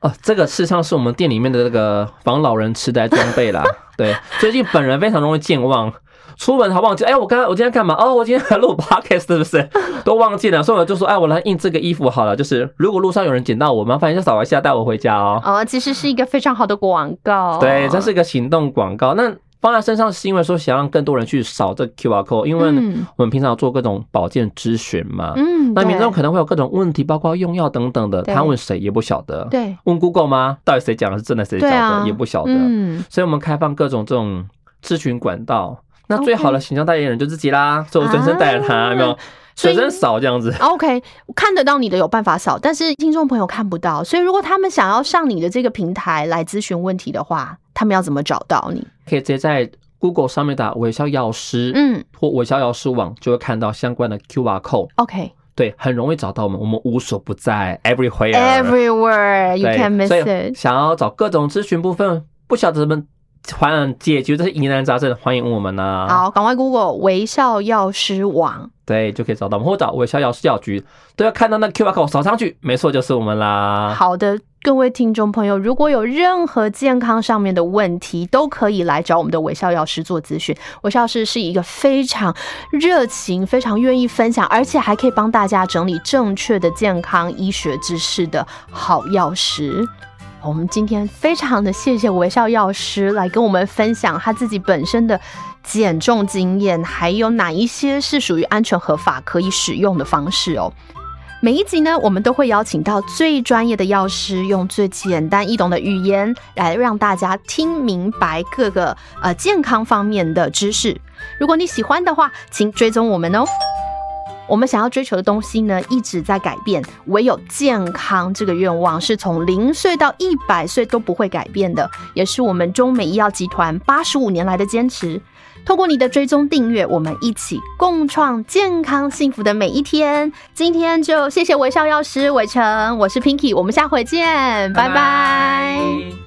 [SPEAKER 2] 哦，这个事实上是我们店里面的那个防老人痴呆装
[SPEAKER 1] [LAUGHS]
[SPEAKER 2] 备啦。对，最近本人非常容易健忘，出门还忘记，哎，我刚刚我今天干嘛？哦，我今天还录 podcast 是
[SPEAKER 1] [LAUGHS]
[SPEAKER 2] 不是？都忘记了，所以我就说，哎，我来印这个衣服好了。就是如果路上有人捡到我，麻烦一下扫一下，带我回家哦。
[SPEAKER 1] 哦，其实是一个非常好的广告。
[SPEAKER 2] 对，这是一个行动广告。那放在身上是因为说想让更多人去扫这 QR code，因为
[SPEAKER 1] 嗯
[SPEAKER 2] 我们平常有做各种保健咨询嘛，
[SPEAKER 1] 嗯，
[SPEAKER 2] 那
[SPEAKER 1] 对
[SPEAKER 2] 民众可能会有各种问题，包括用药等等的，
[SPEAKER 1] 对
[SPEAKER 2] 他问谁也不晓得。
[SPEAKER 1] 对
[SPEAKER 2] 问 Google 吗？到底谁讲的是真的，谁
[SPEAKER 1] 对
[SPEAKER 2] 讲的、
[SPEAKER 1] 啊，
[SPEAKER 2] 也不晓得。
[SPEAKER 1] 嗯，
[SPEAKER 2] 所以我们开放各种这种咨询管道。那最好的形象代言人就自己啦，所以我随身带着它，
[SPEAKER 1] 啊
[SPEAKER 2] 有没有？
[SPEAKER 1] 所
[SPEAKER 2] 随
[SPEAKER 1] 以
[SPEAKER 2] 身扫这样子。
[SPEAKER 1] OK，看得到你的有办法扫，但是听众朋友看不到，所以如果他们想要上你的这个平台来咨询问题的话，他们要怎么找到你？
[SPEAKER 2] 可以直接在 Google 上面打“微笑药师”
[SPEAKER 1] 嗯
[SPEAKER 2] 或“微笑药师网”，就会看到相关的 QR code。
[SPEAKER 1] ，OK。
[SPEAKER 2] 对，很容易找到我们，我们无所不在，everywhere。
[SPEAKER 1] Everywhere you
[SPEAKER 2] 对
[SPEAKER 1] can miss
[SPEAKER 2] 所以
[SPEAKER 1] it，
[SPEAKER 2] 想要找各种咨询部分，不晓得怎么华人界就这是疑难杂症，欢迎我们啊呐、
[SPEAKER 1] 好，赶快 Google 微笑药师网。
[SPEAKER 2] 对，就可以找到我们，或者找微笑药师药局，都要啊看到那 QR code 扫上去，没错，就是我们啦。
[SPEAKER 1] 好的，各位听众朋友，如果有任何健康上面的问题，都可以来找我们的微笑药师做咨询。微笑药师是一个非常热情、非常愿意分享，而且还可以帮大家整理正确的健康医学知识的好药师。我们今天非常的谢谢微笑药师来跟我们分享他自己本身的减重经验，还有哪一些是属于安全合法可以使用的方式哦。每一集呢，我们都会邀请到最专业的药师，用最简单易懂的语言来让大家听明白各个呃健康方面的知识。如果你喜欢的话，请追踪我们哦。我们想要追求的东西呢，一直在改变，唯有健康这个愿望是从零岁到一百岁都不会改变的，也是我们中美医药集团八十五年来的坚持。透过你的追踪订阅，我们一起共创健康幸福的每一天。今天就谢谢微笑药师伟成，我是 Pinky，我们下回见，拜拜